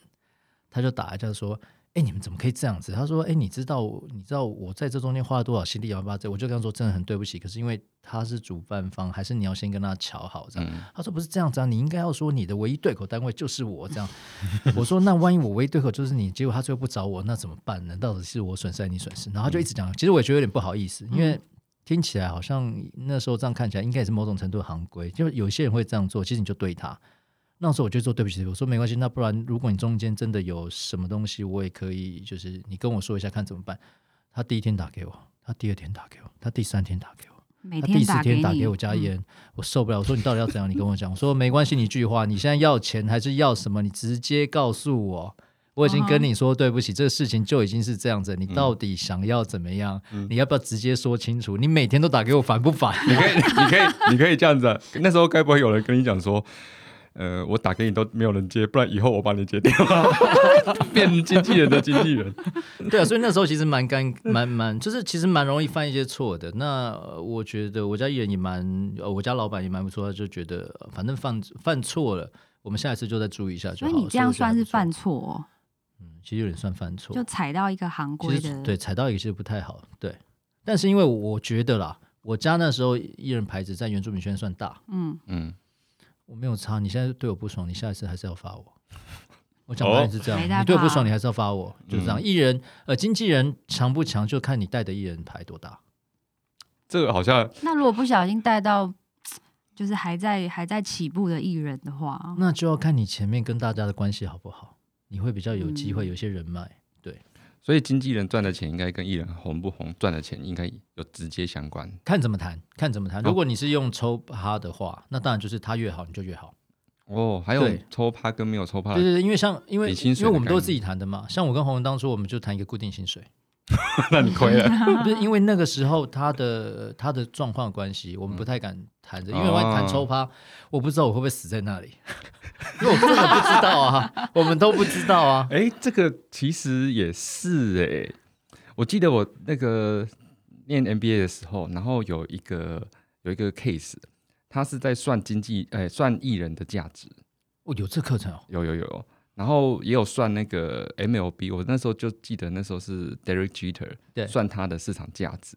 他就打一架说：“哎，你们怎么可以这样子？”他说：“哎，你知道我你知道我在这中间花了多少心力，要不要这？”我就跟他说：“真的很对不起，可是因为他是主办方，还是你要先跟他瞧好这样。嗯他说：“不是这样子啊，你应该要说你的唯一对口单位就是我这样。” 我说：“那万一我唯一对口就是你，结果他最后不找我，那怎么办呢？到底是我损失还是你损失？”然后他就一直讲，其实我也觉得有点不好意思，因为听起来好像那时候这样看起来应该也是某种程度的行规，就有些人会这样做，其实你就对他。那时候我就说对不起，我说没关系，那不然如果你中间真的有什么东西，我也可以，就是你跟我说一下看怎么办。他第一天打给我，他第二天打给我，他第三天打给我，每他第天四天给打你，嗯给我家燕，我受不了。我说你到底要怎样？你跟我讲。我说没关系，你一句话，你现在要钱还是要什么？你直接告诉我。我已经跟哦你说对不起，这个事情就已经是这样子。你到底想要怎么样？你要不要直接说清楚？你每天都打给我，烦不烦？ 你可以，你可以，你可以这样子、啊。那时候该不会有人跟你讲说，呃，我打给你都没有人接，不然以后我把你接掉， 变经纪人的经纪人。对啊，所以那时候其实蛮尴蛮蛮，就是其实蛮容易犯一些错的。那呃我觉得我家艺人也蛮，呃，我家老板也蛮不错，他就觉得呃反正犯犯错了，我们下一次就再注意一下就所好以了。你这样算是犯错，错哦，嗯，其实有点算犯错就，踩到一个行其规实的，对踩到一个其实不太好，对。但是因为我觉得啦，我家那时候艺人牌子在原住民圈算大，嗯，嗯，我没有差。你现在对我不爽，你下一次还是要发我。我讲哦白也是这样，没在怕你对我不爽，你还是要发我，就是这样。艺人呃，经纪人强不强，就看你带的艺人牌多大。这个好像那如果不小心带到。就是还在还在起步的艺人的话，那就要看你前面跟大家的关系好不好，你会比较有机会，嗯有些人脉。所以经纪人赚的钱应该跟艺人红不红赚的钱应该有直接相关。看怎么谈，看怎么谈。如果你是用抽趴的话，那当然就是他越好你就越好。哦，还有对抽趴跟没有抽趴对，对对，因为像因为啊领薪因水的为我们都概是自己谈的嘛，像我跟洪文当初我们就谈一个固定薪水， 那你亏了。不是因为那个时候他的他的状况的关系，我们嗯不太敢谈着，因哦为万一谈抽趴，我不知道我会不会死在那里， 因为我真的不知道啊，我们都不知道啊。哎，这个其实也是哎、我记得我那个念 MBA 的时候，然后有一个有一个 case，他是在算经济，哎、算艺人的价值。哦，有这课程哦，有有有，然后也有算那个 MLB，我那时候就记得那时候是 Derek Jeter，对算他的市场价值。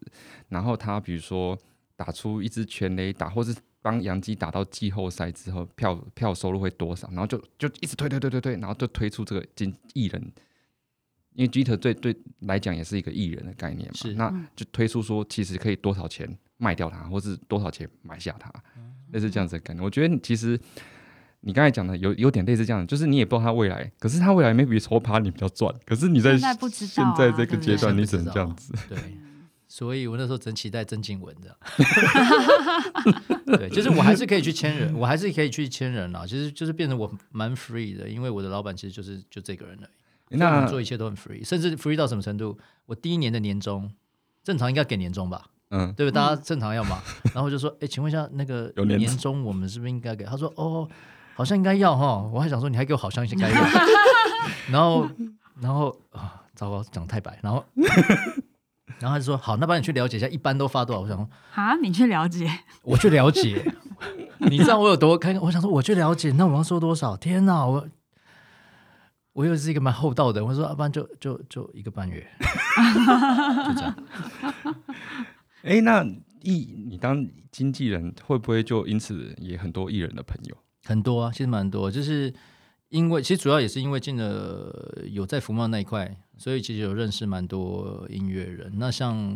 然后他比如说打出一支全垒打，或是帮洋基打到季后赛之后，票票收入会多少，然后就就一直推推推推推，然后就推出这个经艺人因为 Jeter 对对来讲也是一个艺人的概念嘛，是那嗯就推出说其实可以多少钱卖掉它，或是多少钱买下它，嗯类似这样子的概念。我觉得你其实你刚才讲的有有点类似这样的，就是你也不知道它未来，可是它未来 maybe 抽趴你比较赚，可是你在现在不知道啊现在这对个不阶对段现在你不只知能这道样子。对，所以我那时候真期待曾静文这样。 对，就是我还是可以去签人，我还是可以去签人啦。其实就是变成我蛮 free 的，因为我的老板其实就是就这个人而已。所以我那们做一切都很 free，甚至 free 到什么程度？我第一年的年终，正常应该给年终吧？嗯，对不对？大家正常要嘛？然后我就说，哎，请问一下那个有年终终我们是不是应该给？他说，哦，好像应该要哈。我还想说，你还给我好像应该 要。然后，然后啊，糟糕，讲得太白。然后， 然后他就说，好，那帮你去了解一下，一般都发多少？我想说，啊，你去了解，我去了解， 你知道我有多开？我想说，我去了解，那我要说多少？天哪，我。我又是一个蛮厚道的人，我说，要、不然就就就一个半月，就这样。哎，那艺你当经纪人会不会就因此也很多艺人的朋友？很多啊，其实蛮多，就是因为其实主要也是因为进了有在福茂那一块，所以其实有认识蛮多音乐人。那像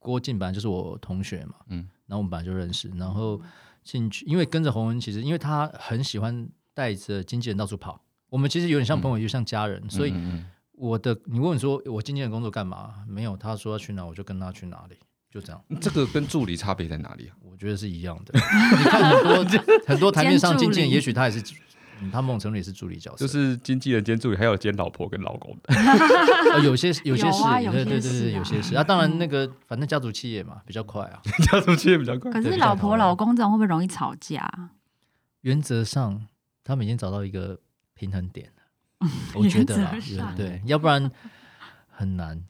郭靖本来就是我同学嘛，嗯嗯，然后我们本来就认识，然后进去，因为跟着洪恩，其实因为他很喜欢带着经纪人到处跑，我们其实有点像朋友，又像家人，所以嗯嗯我的你问说我经纪人工作干嘛？没有，他说要去哪，我就跟他去哪里，就这样。嗯这个跟助理差别在哪里啊？我觉得是一样的。 你看很 多很多台面上经纪人，兼助理也许他也是，嗯他某种程度也是助理角色，就是经纪人兼助理，还有兼老婆跟老公的。 呃有些有些有是，啊有对对对些对，是对啊有些是啊。当然那个反正家族企业嘛，比较快啊。家族企业比较快。可对是比较老讨婆论老公这种会不会容易吵架？啊原则上，他们已经找到一个平衡点 了，我觉得啦原则，上对，要不然。很 难，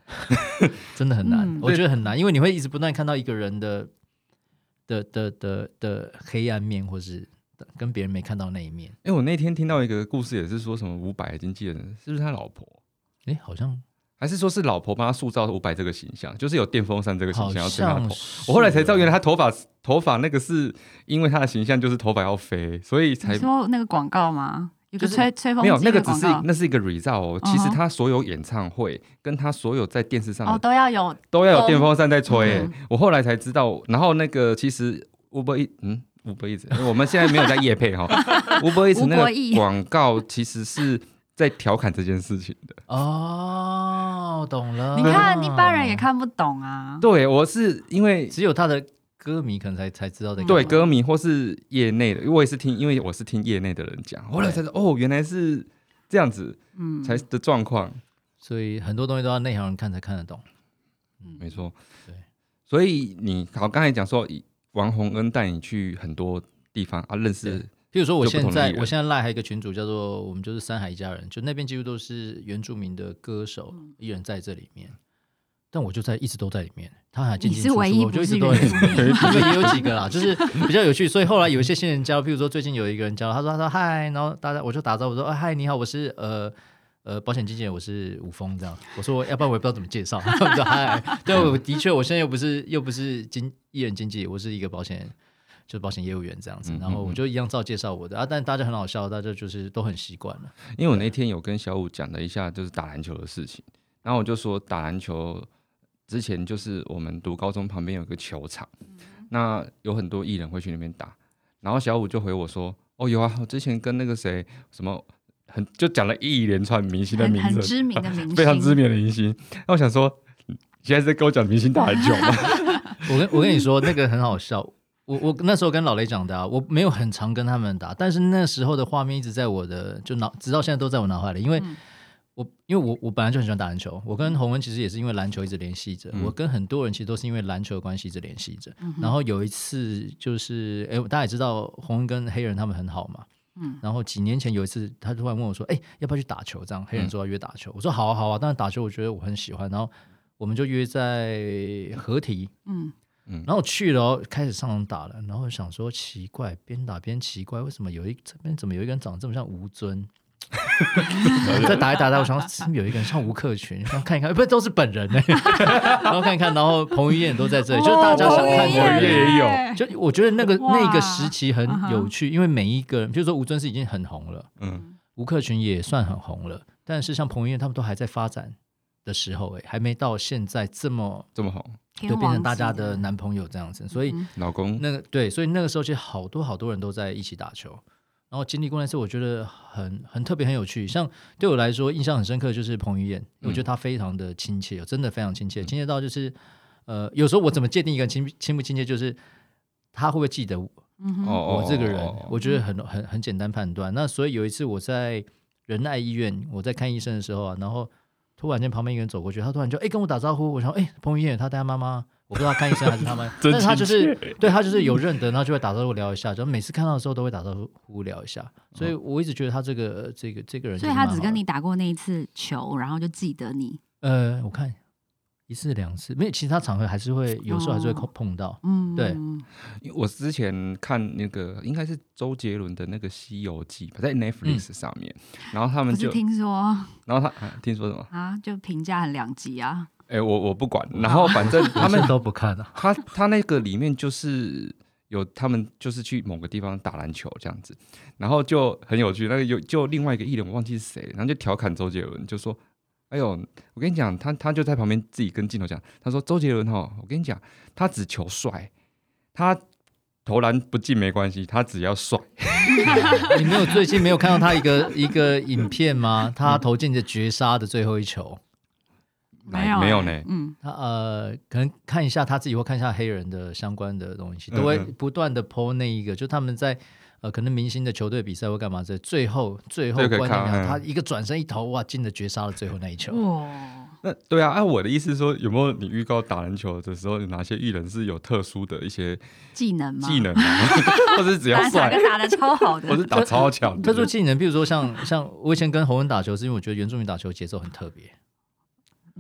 真的很难，嗯我觉得很难，因为你会一直不断看到一个人的的的的的黑暗面，或是跟别人没看到那一面。哎、我那天听到一个故事，也是说什么伍佰的经纪人是不是他老婆，哎、好像还是说是老婆帮他塑造伍佰这个形象，就是有电风扇这个形好象要吹他像头。是我后来啊才知哦道，原来他头发头发那个是因为他的形象就是头发要飞，所以才你说那个广告吗？有个就是吹吹风没有机那个的只广是告，那是一个 result 哦。其嗯实哼他所有演唱会跟他所有在电视上的哦，都要啊有都要有电风扇在吹、欸嗯我后来才知道，然后那个其实 Uber 一嗯 Uber 一直，我们现在没有在夜 配哈，Uber 一直那吴国义个广告其实是在调侃这件事情的。哦，懂了。你看一般人也，看不懂啊。对，我是因为只有他的歌迷可能才才知道这个。对歌迷或是业内的，因为我也是听，因为我是听业内的人讲，后来才知道哦，原来是这样子嗯，才的状况。所以很多东西都要内行人看才看得懂。嗯没，错，对。所以你好，刚才讲说以王洪恩带你去很多地方啊，认识譬如说我就不现同的在艺人我现在赖还有一个群组叫做我们就是山海一家人，就那边几乎都是原住民的歌手艺人在这里面，但我就在一直都在里面，他还进进你出是出，唯一我就一直不都在是里面。 对，也有几个 啦，就是比较有趣，所以后来有一些新人加入，譬如说最近有一个人加入，他说他说嗨，然后大家我就打招呼说啊嗨你好，我是呃。呃，保险经纪人，我是吴峰，这样。我说，要不然我也不知道怎么介绍。 他们说嗨，对，我的确，我现在又不是又不是经艺人经纪，我是一个保险，就是保险业务员这样子嗯。嗯然后我就一样照介绍我的啊，但大家很好笑，大家就是都很习惯了。因为我那天有跟小五讲了一下，就是打篮球的事情，然后我就说打篮球之前就是我们读高中旁边有个球场，嗯那有很多艺人会去那边打，然后小五就回我说：“哦，有啊，我之前跟那个谁什么很就讲了一连串明星的很名很字，知名的明星，非常知名的明星。”那我想说，你现在是在跟我讲明星打篮球 吗？我跟我跟你说，那个很好笑。我我那时候跟老雷讲的、啊，我没有很常跟他们打，但是那时候的画面一直在我的就脑，直到现在都在我脑海里，因为嗯我、因为我我本来就很喜欢打篮球，我跟洪文其实也是因为篮球一直联系着，我跟很多人其实都是因为篮球的关系一直联系着。嗯然后有一次就是，哎，大家也知道洪文跟黑人他们很好嘛，嗯然后几年前有一次，他突然问我说：“哎、要不要去打球？”这样黑人说要约打球，我说：“好啊，好啊。”但是打球我觉得我很喜欢，然后我们就约在合体，嗯，然后我去了哦，开始上场打了，然后想说奇怪，边打边奇怪，为什么有一这边怎么有一个人长得这么像吴尊？ 再打一打打，我想是不是有一个人像吴克群，然后看一看，哎不是都是本人呢、 然后看一看，然后彭于晏都在这里，就是大家想看哦彭于的晏哦彭于晏嗯也有耶就我觉得那个哇那个时期很有趣，因为每一个人，比如说吴尊是已经很红了，嗯，吴克群也算很红了，但是像彭于晏他们都还在发展的时候、哎，还没到现在这么这么红，对变成大家的男朋友这样子，所以老公那个对，所以那个时候其实好多好多人都在一起打球，然后经历过那次，我觉得很很特别，很有趣。像对我来说印象很深刻就是彭于晏，我觉得他非常的亲切，真的非常亲切，亲切到就是呃，有时候我怎么界定一个人亲亲不亲切，就是他会不会记得我嗯哦我这个人，哦我觉得很很很简单判断。那所以有一次我在仁爱医院，我在看医生的时候啊，然后突然间旁边一个人走过去，他突然就哎、跟我打招呼，我想哎、彭于晏他带他妈妈，我不知道他看医生还是他 们，但是他就是对他就是有认得，然后就会打招呼聊一下，就每次看到的时候都会打招呼聊一下，所以哦我一直觉得他这个这个这个人，所以他只跟你打过那一次球，然后就记得你。呃，我看一次两次，没有其他场合还是会有时候还是会碰碰到，嗯，对因为我之前看那个应该是周杰伦的那个《西游记》吧，在 Netflix 上面，然后他不们嗯是就，听说 然后他、啊、听说什么？啊，就评价很两极啊。哎、我我不管，然哦后反正他他 们们都不看啊，他他那个里面就是有他们就是去某个地方打篮球这样子，然后就很有趣。那个有就另外一个艺人我忘记是谁，然后就调侃周杰伦，就说：“哎呦，我跟你讲，他他就在旁边自己跟镜头讲，他说周杰伦哈，我跟你讲，他只求帅，他投篮不进没关系，他只要帅。你没有最近没有看到他一个 一个影片吗？他投进的绝杀的最后一球，来有没有欸呢嗯，他呃，可能看一下他自己或看一下黑人的相关的东西，嗯都会嗯不断的 PO 那一个，就他们在呃可能明星的球队比赛或干嘛这，最后最后这个关键看秒嗯他一个转身一投哇，进了绝杀的最后那一球。哇，那对啊，按、我的意思是说，有没有你预告打篮球的时候，有哪些艺人是有特殊的一些技能吗？技能、啊， 或者是只要打帅哪，个打的超好 的或，是打超强特的？殊技能，比如说像像我以前跟侯文打球，是因为我觉得原住民打球节奏很特别，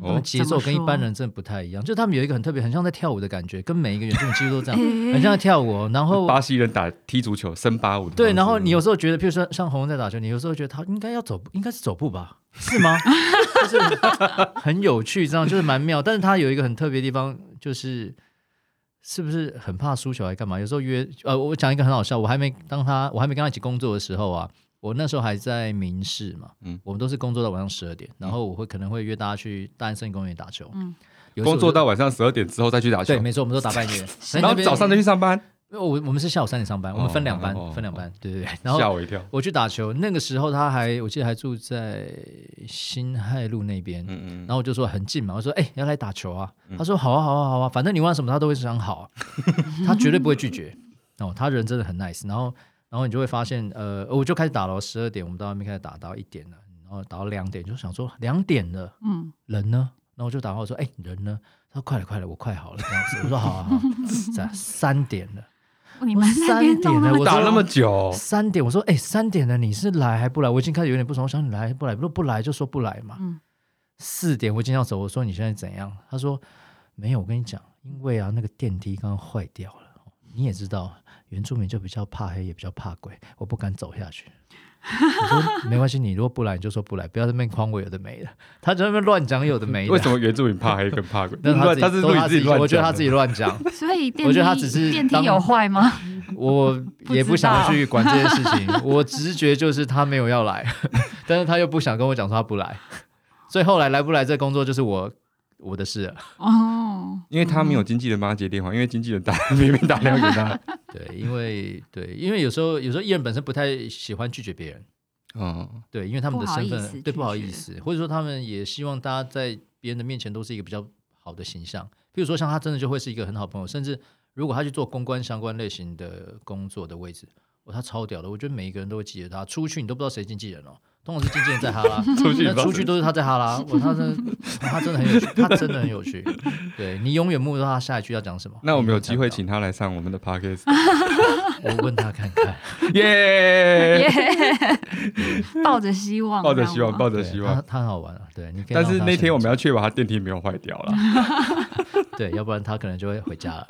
他哦们节奏跟一般人真的不太一样，就他们有一个很特别，很像在跳舞的感觉，跟每一个原住民几乎都这 样，很像在跳舞哦。然后巴西人打踢足球，升八五的对，方然后式你有时候觉得，譬如说像红红在打球，你有时候觉得他应该要走步，应该是走步 吧？是吗？就是很有趣，这样就是蛮妙。但是他有一个很特别的地方，就是是不是很怕输球还干嘛？有时候约呃，我讲一个很好笑，我还没当他我还没跟他一起工作的时候啊，我那时候还在民事嘛，嗯我们都是工作到晚上十二点，然后我会可能会约大家去大安森林公园打球，嗯，工作到晚上十二点之后再去打球对，，没错，我们都打半夜， 然后早上再去上班，我我们是下午三点上班，我们分两班，哦哦哦分两班，对对对，然后吓我一跳。我去打球，那个时候他还我记得还住在新海路那边，嗯然后我就说很近嘛，我说哎、你要来打球啊，他说好啊好啊好啊，反正你问他什么他都会想 好，啊他绝对不会拒绝。哦，他人真的很 nice，然后然后你就会发现，呃，我就开始打了，十二点我们到外面开始打到一点了，然后打到两点，就想说两点了，嗯， 人呢？然后我就打电话说：“哎、人呢？”他说：“快了，快了，我快好了。”这样子，我说：“好啊，好啊。”这样三点了，你们那三边点弄了，那我么嗯，打说那么久，三点，我说哎，三点了，你是来还不来？我已经开始有点不爽，我想你来还不来，不不来就说不来嘛。嗯四点我已经要走，我说你现在怎样？他说没有，我跟你讲，因为啊那个电梯刚刚坏掉了，你也知道，原住民就比较怕黑，也比较怕鬼，我不敢走下去。我说没关系，你如果不来你就说不来，不要在那边框我有的没的。他在那边乱讲有的没的，为什？么原住民怕黑跟 怕鬼？但他乱自己他是都你他自己乱，我觉得他自己。乱讲，所以电梯，我觉得他只是电梯当有坏吗？ 我不也知不想道去管这件事 情，我直觉就是他没有要来， 但是他又不想跟我讲说他不来，所以后来来不来这工作就是我我的事了。哦，因为他没有经纪人帮他接电话，因为经纪人打 明明打电话给他，对，因为对，因为有时候有时候艺人本身不太喜欢拒绝别人，嗯，对，因为他们的不好身意份思对不好拒绝意思，或者说他们也希望大家在别人的面前都是一个比较好的形象。比如说像他真的就会是一个很好朋友，甚至如果他去做公关相关类型的工作的位置，哇，他超屌的！我觉得每一个人都会记得他，出去你都不知道谁经纪人哦。通常是经纪人在哈拉， 出去那不知道出去谁都是他在哈 拉，哇，他真的，他真的很有趣，他真的很有趣。对你永远摸不到他下一句要讲什么。 那我们有你机永会远看请他来上我们的 podcast，不到，我问他看看。 耶！抱着希望，抱着希这样望，吗抱着对希他望。他很好玩啊，对你可以但让他是生气。那天我们要确保他电梯没有坏掉了。对，要不然他可能就会回家了。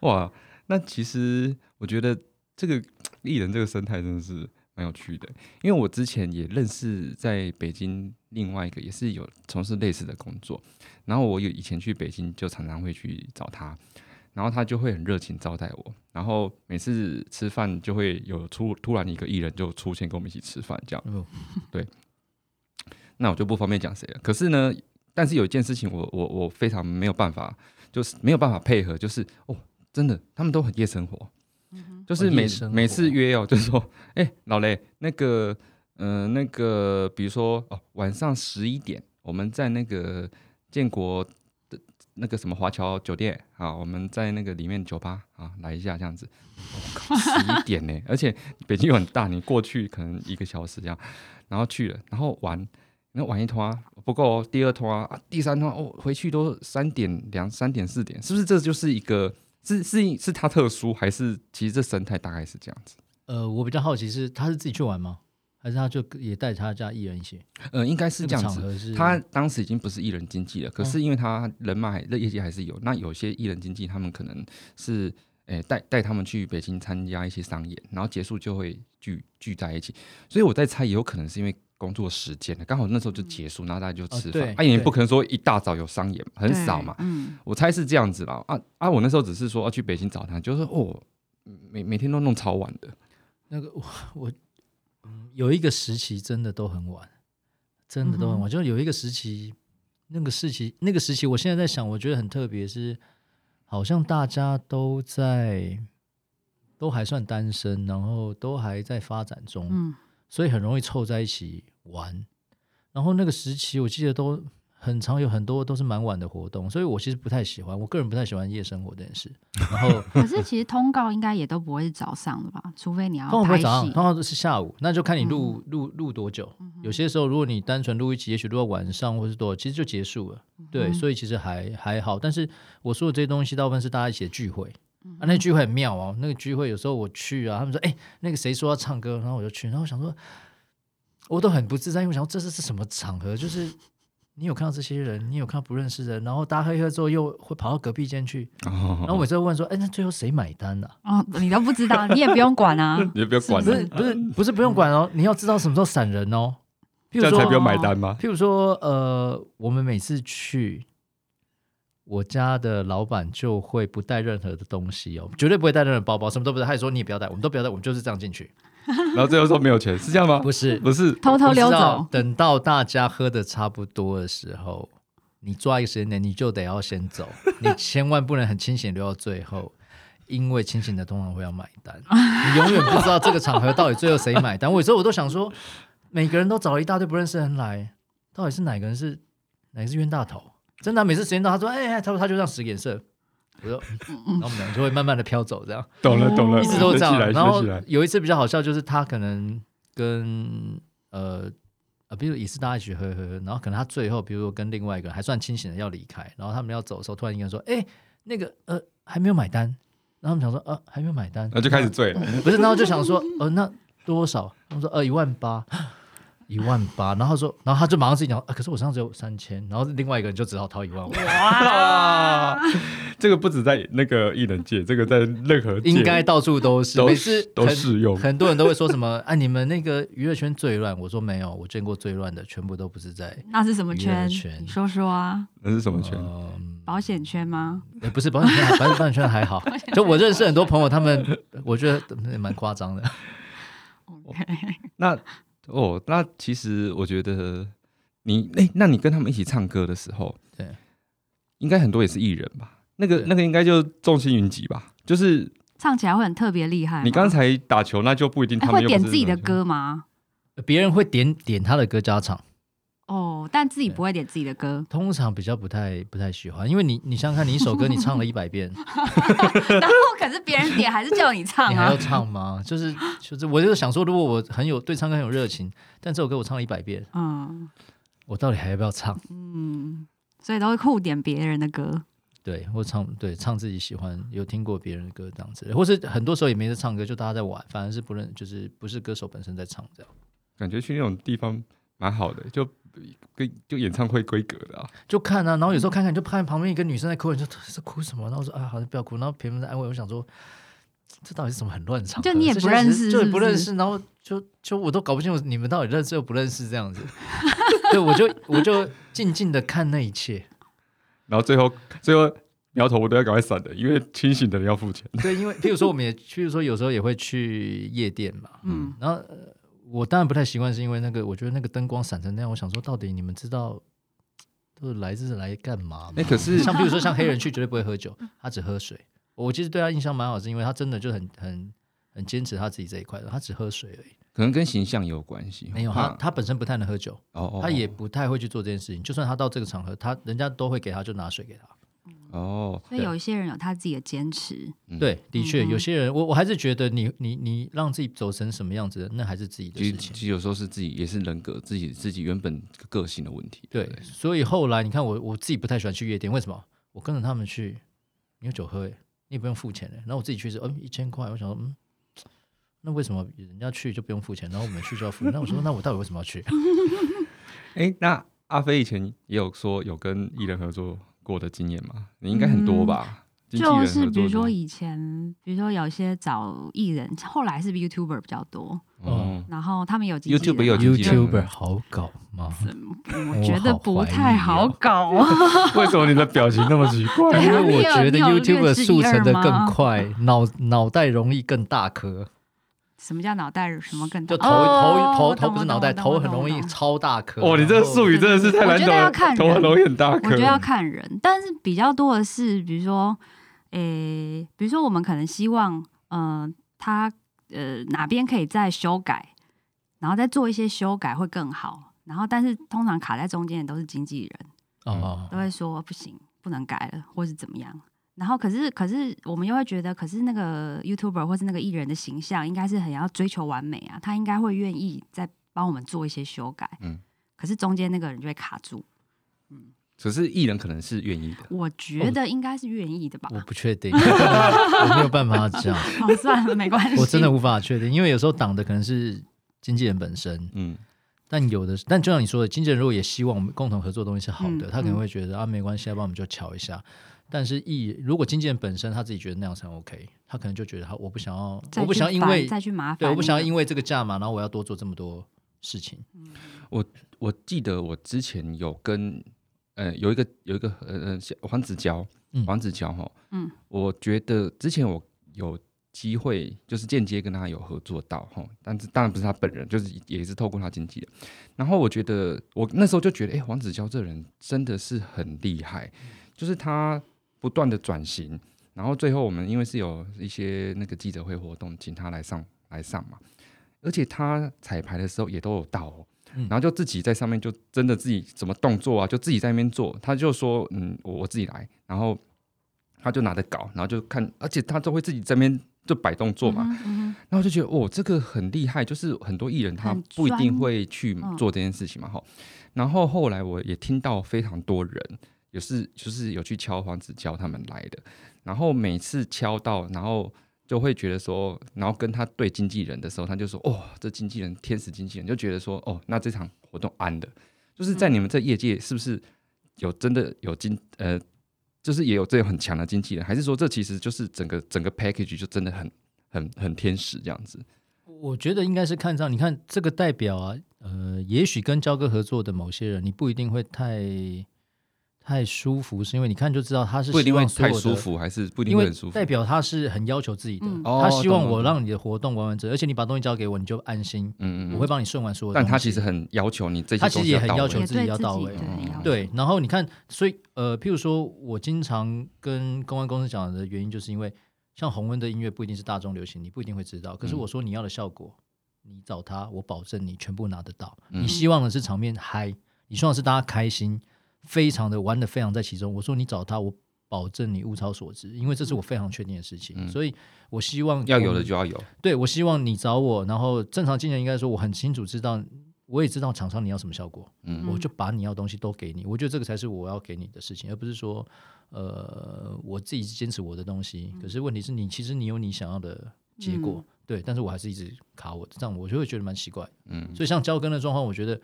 哇，那其实我觉得这个艺人这个生态真的是蛮有趣的，因为我之前也认识在北京另外一个也是有从事类似的工作，然后我有以前去北京就常常会去找他，然后他就会很热情招待我，然后每次吃饭就会有突突然一个艺人就出现跟我们一起吃饭这样，哦对。那我就不方便讲谁了。可是呢，但是有一件事情我，我我非常没有办法，就是没有办法配合，就是哦，真的他们都很夜生活，就是哦每夜生活每次约哦，就说哎、老雷那个嗯、呃那个比如说哦晚上十一点我们在那个建国的那个什么华侨酒店啊，我们在那个里面酒吧啊来一下这样子，我、靠十一点呢、而且北京又很大，你过去可能一个小时这样，然后去了，然后玩。那玩一通啊，不够哦、第二通啊，啊第三通啊哦，回去都三点两三点四点，是不是？这就是一个是是是它特殊，还是其实这生态大概是这样子？呃，我比较好奇是他是自己去玩吗？还是他就也带他家艺人一起？呃，应该是这个样场子。合是嗯他当时已经不是艺人经纪了，可是因为他人脉、业界还是有。那有些艺人经纪，他们可能是诶带带他们去北京参加一些商演，然后结束就会聚聚在一起。所以我在猜，也有可能是因为工作时间了，刚好那时候就结束，然后大家就嗯吃哦对饭。啊，也对不可能说一大早有商演，很少嘛对。嗯，我猜是这样子啦。啊啊，我那时候只是说要去北京找他，就是哦，每每天都弄超晚的。那个我我、嗯有一个时期真的都很晚，真的都很晚。就是有一个时期，那个时期那个时期，我现在在想，我觉得很特别是，好像大家都在都还算单身，然后都还在发展中，嗯所以很容易凑在一起玩。然后那个时期，我记得都很常有很多都是蛮晚的活动，所以我其实不太喜欢，我个人不太喜欢夜生活这件事。然后可是其实通告应该也都不会是早上的吧，除非你要通常不拍会早戏嗯上，。通常都是下午，那就看你录、录录多久。有些时候，如果你单纯录一集，也许录到晚上或是多少，其实就结束了。嗯对，所以其实还还好。但是我说的这些东西，大部分是大家一起的聚会。嗯啊，那聚会很妙哦。那个聚会有时候我去啊，他们说：“哎、那个谁说要唱歌？”然后我就去，然后我想说，我都很不自在，因为我想说这是是什么场合？就是 你有看到这些人，你有看到不认识的人，然后大家喝一喝之后又会跑到隔壁间去，哦然后我每次会问说：“哎、那最后谁买单呢、啊？”哦，你都不知道，你也不用管啊。你就不要管不了是，不是不是不用 管哦，你要知道什么时候闪人哦。譬这如样才不说，用买单吗？譬如说，呃，我们每次去我家的老板就会不带任何的东西哦，绝对不会带任何包包，什么都不带。他也说你也不要带，我们都不要带，我们就是这样进去。然后最后说没有钱，是这样吗？不是，不是，偷偷溜不知道走。等到大家喝的差不多的时候，你抓一个时间点，你就得要先 走，你千万不能很清醒留到最后。因为清醒的通常会要买单，你永远不知道这个场合到底最后谁买单。我有时候我都想说，每个人都找了一大堆不认识的人来，到底是哪个人是哪个是冤大头？真的啊、每次时间到，他说：“哎、他说他就这样使眼色。”我说， 然后我们两个就会慢慢的飘走，这样。懂了懂了，一直都这样 学起来。然后学起来有一次比较好笑，就是他可能跟呃呃，比如也是大家一起喝喝，喝，然后可能他最后，比如说跟另外一个人还算清醒的要离开，然后他们要走的时候，突然一个人说：“哎、那个呃还没有买单。”然后他们想说：“呃还没有买单。”然后就开始醉了。不是，然后就想说：“呃那多少？”他们说：“呃一万八。”一万八，然后他说，然后他就马上自己讲，啊，可是我身上只有三千，然后另外一个人就只好掏一万五，哇，这个不止在那个艺人界，这个在任何界应该到处都是，都每次都很适用很多人都会说什 么啊，你们那个娱乐圈最乱。我说没有，我见过最乱的全部都不是在，那是什么娱乐圈？圈你说说啊，那是什么圈？嗯，保险圈吗？也不是保险圈还，保险保险圈还好。就我认识很多朋友，他们我觉得嗯蛮夸张的。那哦，那其实我觉得你哎、那你跟他们一起唱歌的时候，对，应该很多也是艺人吧？那个对那个应该就众星云集吧？就是 唱起来会很特别厉害吗。你刚才打球，那就不一定哎他们会又不点是自己的篮球歌吗？别人会点点他的歌加唱，，哦，但自己不会点自己的歌 通常比较不太不太喜欢，因为你你想想看，你一首歌你唱了一百 遍，然后可是别人点还是叫你唱你还啊要。唱吗？就是就是，我就想说，如果我很有对唱歌很有热情，但这首歌我唱了一百遍，嗯我到底还要不要唱？嗯，所以都会互点别人的歌。对，或唱对唱自己喜欢，有听过别人的歌这样子，或是很多时候也没在唱歌，就大家在玩，反而是不认，就是不是歌手本身在唱这样，感觉去那种地方蛮好的，就跟就演唱会规格的啊。就看啊，然后有时候看看，就看旁边一个女生在哭，你就是哭什么？然后我说啊，好像不要哭，然后评论在安慰，我想说这到底是什么很乱唱？就你也不认识就也是不不认是识，然后就就我都搞不清楚你们到底认识又不认识这样子， 对，我就我就静静的看那一切，然后最后最后苗头我都要赶快闪的，因为清醒的人要付钱。对，因为譬如说我们也，譬如说有时候也会去夜店嘛，嗯，然后呃我当然不太习惯，是因为那个我觉得那个灯光闪成那样，我想说到底你们知道都是来这是来干嘛吗？ 哎可是像比如说像黑人去绝对不会喝酒，他只喝水。我其实对他印象蛮好，是因为他真的就很很很坚持他自己这一块的，他只喝水而已。可能跟形象也有关系。没有怕他他本身不太能喝酒，哦哦，他也不太会去做这件事情。就算他到这个场合，他人家都会给他就拿水给他。哦，所以对有一些人有他自己的坚持，嗯对，的确，嗯有些人我我还是觉得你你你让自己走成什么样子，那还是自己的其事实情其。实有时候是自己也是人格自己自己原本个性的问题。对不，所以后来你看我我自己不太喜欢去夜店，为什么？我跟着他们去，你有酒喝、欸，你也不用付钱、欸、然后我自己去是嗯一千块，我想说嗯，那为什么人家去就不用付钱，然后我们去就要 付？那我说那我到底为什么要去？哎，那阿飞以前也有说有跟艺人合作过的经验吗？你应该很多吧？经纪人嗯就合是作比如的说以前，比如说有一些找艺人，后来是 YouTuber 比较多，哦，然后他们有经纪 YouTuber 人有嘛经纪人 YouTuber 好搞吗？我觉哦得不太好搞啊。 为什么你的表情那么奇怪？ 对因为啊我你有觉得你有略知 YouTuber 速一二成的更吗快，脑脑袋容易更大颗，什么叫脑袋什么更大？就头哦头头我懂头不是我脑懂袋，我懂头我很懂容我易懂超大颗。哦，你这个术语真的是太难我觉懂得要了，看人头很容易很大我颗觉得。要看人，但是比较多的是，比如说，诶、比如说我们可能希望，呃，他呃哪边可以再修改，然后再做一些修改会更好。然后，但是通常卡在中间的都是经纪人，哦，都会说不行，不能改了，或是怎么样。然后，可是可是我们又会觉得，可是那个 YouTuber 或是那个艺人的形象，应该是很要追求完美啊，他应该会愿意再帮我们做一些修改。嗯可是中间那个人就会卡住，可是艺人可能是愿意的，我觉得应该是愿意的吧。哦我不确定， 我没有办法 讲。哦，算了，没关系。我真的无法确定，因为有时候挡的可能是经纪人本身，嗯，但有的，但就像你说的，经纪人如果也希望我们共同合作的东西是好的，嗯他可能会觉得、啊，没关系，要不然我们就瞧一下。但是艺如果经纪人本身他自己觉得那样才 OK，他可能就觉得他我不想要，再我不去想要因烦为再去麻烦，对，我不想要因为这个价码，然后我要多做这么多事情。我记得我之前有跟呃有一个有一个呃呃黄子佼嗯，黄子佼哈，嗯，我觉得之前我有机会就是间接跟他有合作到哈，但是当然不是他本人，就是也是透过他经纪人。然后我觉得我那时候就觉得，哎、黄子佼这人真的是很厉害，就是他不断的转型，然后最后我们因为是有一些那个记者会活动，请他来上来上嘛，而且他彩排的时候也都有到哦。嗯然后就自己在上面就真的自己什么动作啊，就自己在那边做。他就说：“嗯，我我自己来。”然后他就拿着稿，然后就看，而且他都会自己在那边就摆动作嘛。嗯哼。嗯然后我就觉得哦，这个很厉害，就是很多艺人他很不一定专会去嗯做这件事情嘛，哈、然后后来我也听到非常多人也是就是有去敲黄子佼他们来的，然后每次敲到，然后就会觉得说，然后跟他对经纪人的时候，他就说哦，这经纪人天使经纪人，就觉得说哦，那这场活动安的，就是在你们这业界是不是有真的有经呃，就是也有这种很强的经纪人，还是说这其实就是整个整个 package 就真的很。很很天使这样子，我觉得应该是看上，你看这个代表啊，呃，也许跟焦哥合作的某些人，你不一定会太太舒服，是因为你看就知道他是不一定希会望所太有的舒服，还是不一定因会为很舒服。代表他是很要求自己的，嗯哦他希望懂懂我懂让你的活动完完整，而且你把东西交给我，你就安心，嗯嗯我嗯，会帮你顺完所有东但西。他其实很要求你这些他其实东西也要很到要位求也自己对要到位自己嗯对，要对，然后你看，所以呃，譬如说我经常跟公安公司讲的原因，就是因为像洪恩的音乐不一定是大众流行，你不一定会知道，可是嗯我说你要的效果，你找他，我保证你全部拿得到。嗯你希望的是场面嗨，你希望是大家开心，非常的玩的非常在其中。我说你找他，我保证你物超所值，因为这是我非常确定的事情，嗯所以我希望要我有们的就要有，对我希望你找我，然后正常经纪人应该说我很清楚知道，我也知道厂商你要什么效果，嗯我就把你要的东西都给你。我觉得这个才是我要给你的事情，而不是说呃我自己坚持我的东西。可是问题是你其实你有你想要的结果，嗯对，但是我还是一直卡我，这样我就会觉得蛮奇怪。嗯，所以像交根的状况，我觉得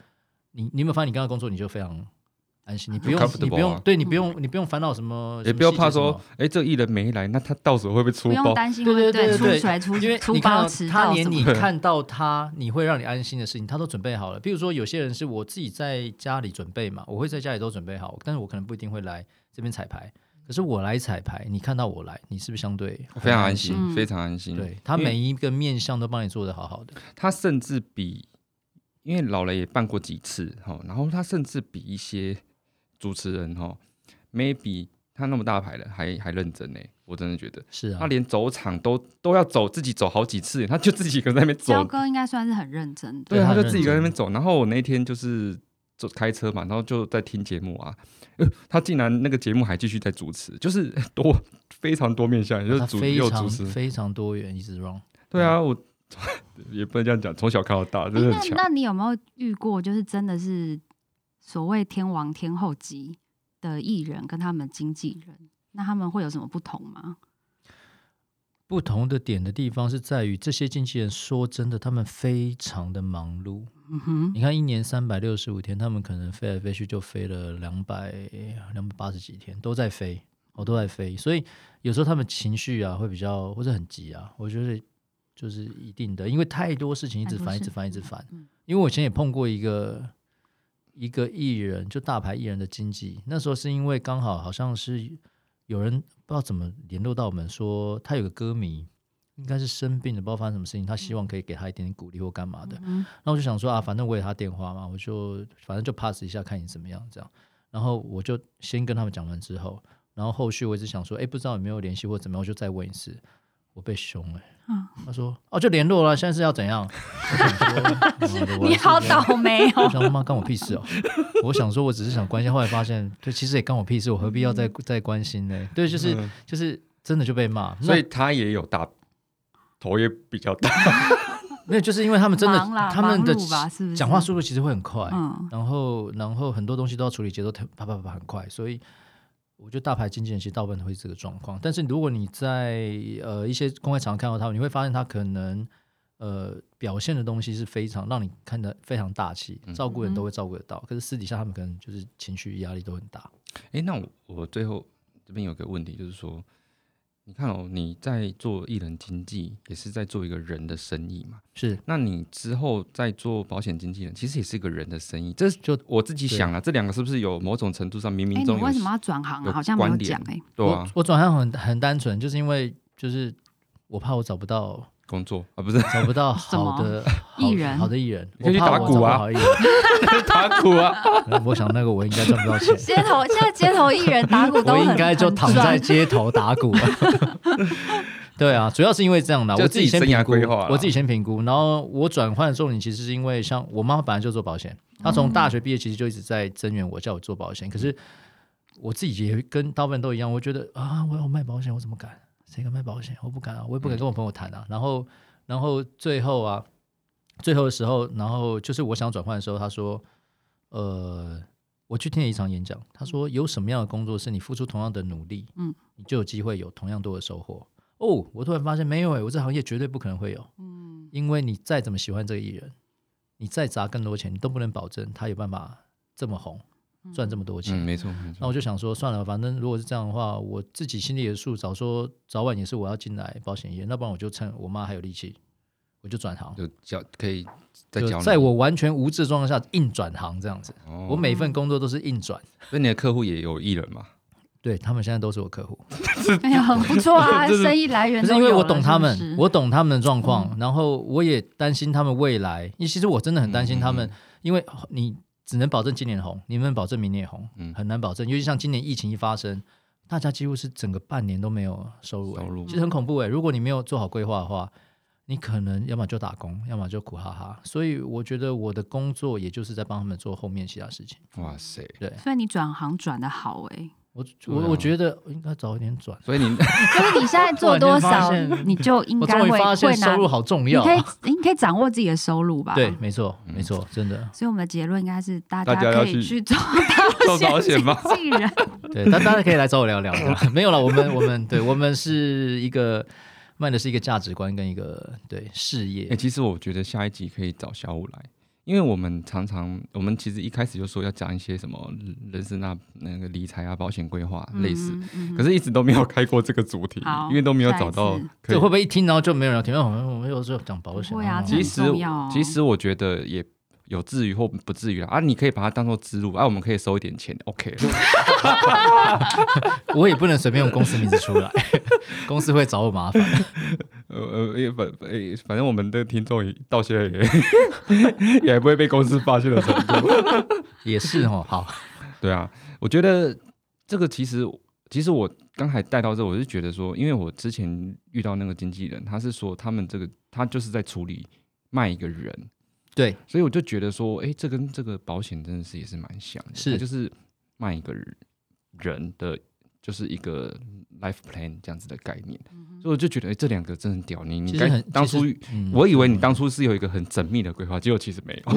你你有没有发现你跟他工作你就非常。安心，你不用，很 comfortable 你不用啊，对你不用，你不用烦恼什么，什也么不要细怕节什么说，哎，这艺人没来，那他到时候会不会出不用包？担心对对会对出对水出因为出你看包到迟他到连什你么的。看到他，你会让你安心的事情，他都准备好了。比如说，有些人是我自己在家里准备嘛，我会在家里都准备好，但是我可能不一定会来这边彩排。可是我来彩排，你看到我来，你是不是相对非常安很心，嗯非常安心。对他因为每一个面相都帮你做的好好的，他甚至比因为老雷也办过几次哈、哦，然后他甚至比一些主持人哈、哦、，maybe 他那么大牌了，还还认真呢，我真的觉得。是啊他，连走场都都要走，自己走好几次，他就自己一个人在那边焦走，哥应该算是很认真的，对，对他他就很自己一个人在认那边走。然后我那天就是就开车嘛，然后就在听节目啊，呃，他竟然那个节目还继续在主持，就是 多非常多面向，也就是啊他主非又主常持，非嗯常多元，一直 run。对啊，我 也不能这样讲，从小看到大，真的很诶哎那强。那你有没有遇过，就是真的是所谓天王天后级的艺人跟他们经纪人，那他们会有什么不同吗？不同的点的地方是在于，这些经纪人说真的，他们非常的忙碌。嗯哼，你看，一年三百六十五天，他们可能飞来飞去就飞了两百两百八十几天，都在飞，哦，都在飞。所以有时候他们情绪啊会比较或者很急啊，我觉得就是一定的，因为太多事情一直烦，一直烦，一直烦。嗯因为我以前也碰过一个一个艺人，就大牌艺人的经纪，那时候是因为刚好好像是有人不知道怎么联络到我们说，他有个歌迷应该是生病了，不知道发生什么事情，他希望可以给他一点点鼓励或干嘛的。嗯那我就想说啊，反正我有他电话嘛，我就反正就 pass 一下，看你怎么样这样。然后我就先跟他们讲完之后，然后后续我一直想说，哎，不知道有没有联系或怎么样，我就再问一次。我被凶了、嗯他说哦，就联络了，现在是要怎样？我想说妈的我你还是好这样倒霉哦 我，想说妈干我屁事哦！我想说，我只是想关心，后来发现，对，其实也干我屁事，我何必要嗯再再关心呢？对，就是、嗯就是真的就被骂，所那以他也有大头，也比较大。 没有，就是因为他们真的忙啦，他们的忙碌吧，是不是？讲话速度其实会很快， 嗯，然后然后很多东西都要处理节奏，啪啪啪啪很快，所以我觉得大牌经纪人其实大部分会是这个状况。但是如果你在呃一些公开场合看到他们，你会发现他可能呃表现的东西是非常让你看得非常大气，照顾人都会照顾得到，可是私底下他们可能就是情绪压力都很大。哎，那我我最后这边有个问题，就是说，你看哦，你在做艺人经纪，也是在做一个人的生意嘛。是那你之后在做保险经纪人，其实也是一个人的生意。这是就我自己想了，啊这两个是不是有某种程度上冥哎、冥你中有为什么要转行啊？有好像没有关联讲哎、 对啊我？我转行很很单纯，就是因为就是我怕我找不到工作啊， 不是找不到 什么好的好艺人好的艺人，你可以去我怕打我鼓找不啊到好艺人， 打鼓啊，我想那个我应该赚不到钱。街头现在街头艺人打鼓 都我很应该就躺在 很赚街头打鼓。 对啊，主要是因为这样的，就我自己先自己生评涯估规划啦，我自己先评估。然后我转换的重点其实是因为，像我妈本来就做保险，她从大学毕业其实就一直在增援我，叫我做保嗯险。可是我自己也跟大部分都一样，我觉得啊，我要卖保险，我怎么敢？谁敢卖保险？我不敢啊，我也不敢跟我朋友谈啊。嗯然后，然后最后啊，最后的时候，然后就是我想转换的时候，他说，呃，我去听了一场演讲，他嗯说有什么样的工作是你付出同样的努力，嗯，你就有机会有同样多的收获。哦，我突然发现没有诶、我这行业绝对不可能会有，嗯因为你再怎么喜欢这个艺人，你再砸更多钱，你都不能保证他有办法这么红，赚这么多钱。嗯，没错没那错，我就想说，算了，反正如果是这样的话，我自己心里有数，早说早晚也是我要进来保险业，那不然我就趁我妈还有力气，我就转行，就教可以再就教你。在我完全无知的状况下硬转行这样子。哦，我每份工作都是硬转，所以你的客户也有艺人嘛？对他们现在都是我客户，哎呀，很不错啊，这是生意来源可是都因为有我了懂他们是不，嗯是我懂他们的状况，然后我也担心他们未来，因为其实我真的很担心他们，因为你只能保证今年红，你不能保证明年红嗯，很难保证，尤其像今年疫情一发生。大家几乎是整个半年都没有收入、欸收入其实很恐怖哎、如果你没有做好规划的话，你可能要么就打工，要么就苦哈哈。所以我觉得我的工作也就是在帮他们做后面其他事情。哇塞！对所以你转行转的好哎、我，对啊我我觉得我应该早一点转。所以你就是你现在做多少突然间发，现你就应我该终于会发现会拿收入好重你要、可啊。以，你可以掌握自己的收入吧。对，，没错，没错，真的。所以我们的结论应该是，大大家要可以去去做 做保险吗？经纪人。 对，大大家可以来找我聊聊。 没有了，我们我们对我们是一个卖的是一个价值观跟一个对事哎、业。其实我觉得下一集可以找小五来，因为我们常常，我们其实一开始就说要讲一些什么人生啊、那个理财啊、保险规划 类似，嗯哼，可是是一直都没有开过这个主题好，因为都没有下找到一次这可以会不会一听然后就没有人要听？我们我们又是讲保险不会啊哦这其样实很重要哦其实我觉得也有至于或不至于啦啊，你可以把它当做之路啊，我们可以收一点钱，OK， 我也不能随便用公司名字出来，公司会找我麻烦。 呃呃，也反诶，反正我们的听众也到现在也也 还不会被公司发现的程度。也是哦，好，对啊，我觉得这个其实其实我刚才带到这，我是觉得说，因为我之前遇到那个经纪人，他是说他们这个他就是在处理卖一个人，对，所以我就觉得说，诶，这跟这个保险真的是也是蛮像的，是它就是卖一个人的，就是一个 life plan 这样子的概念，嗯所以我就觉得，诶，这两个真的很屌，你其你实该很当初其实嗯我以为你当初是有一个很缜密的规划，结果其实没有。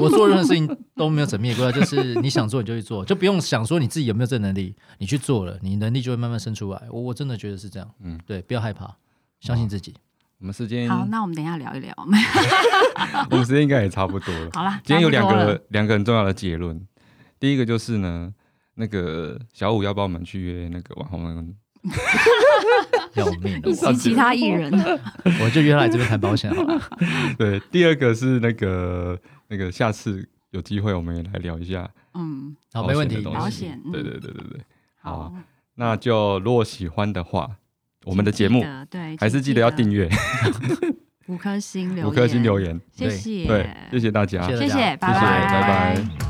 我做任何事情都没有缜密的规划，就是你想做你就去做，就不用想说你自己有没有这能力，你去做了，你能力就会慢慢生出来。我我真的觉得是这样，嗯嗯，对，不要害怕，相信自己。 我们时间，好，那我们等一下聊一 聊。我们时间应该也差不多了。好啦，今天有差两不多了个两个很重要的结论，第一个就是呢，那个小五要帮我们去约那个 网红，要命了以及其他艺 人，我，我就约他来这边谈保险好了。对，第二个是那个那个下次有机会我们也来聊一下嗯，好，没问保险的题。东西保险嗯对对对对对，好好啊，那就如果喜欢的话，我们的节目请记得对，还是请记得要订阅五颗星留五颗星留言，言，谢对谢，对，谢谢大家，谢谢谢谢，大家拜谢谢拜拜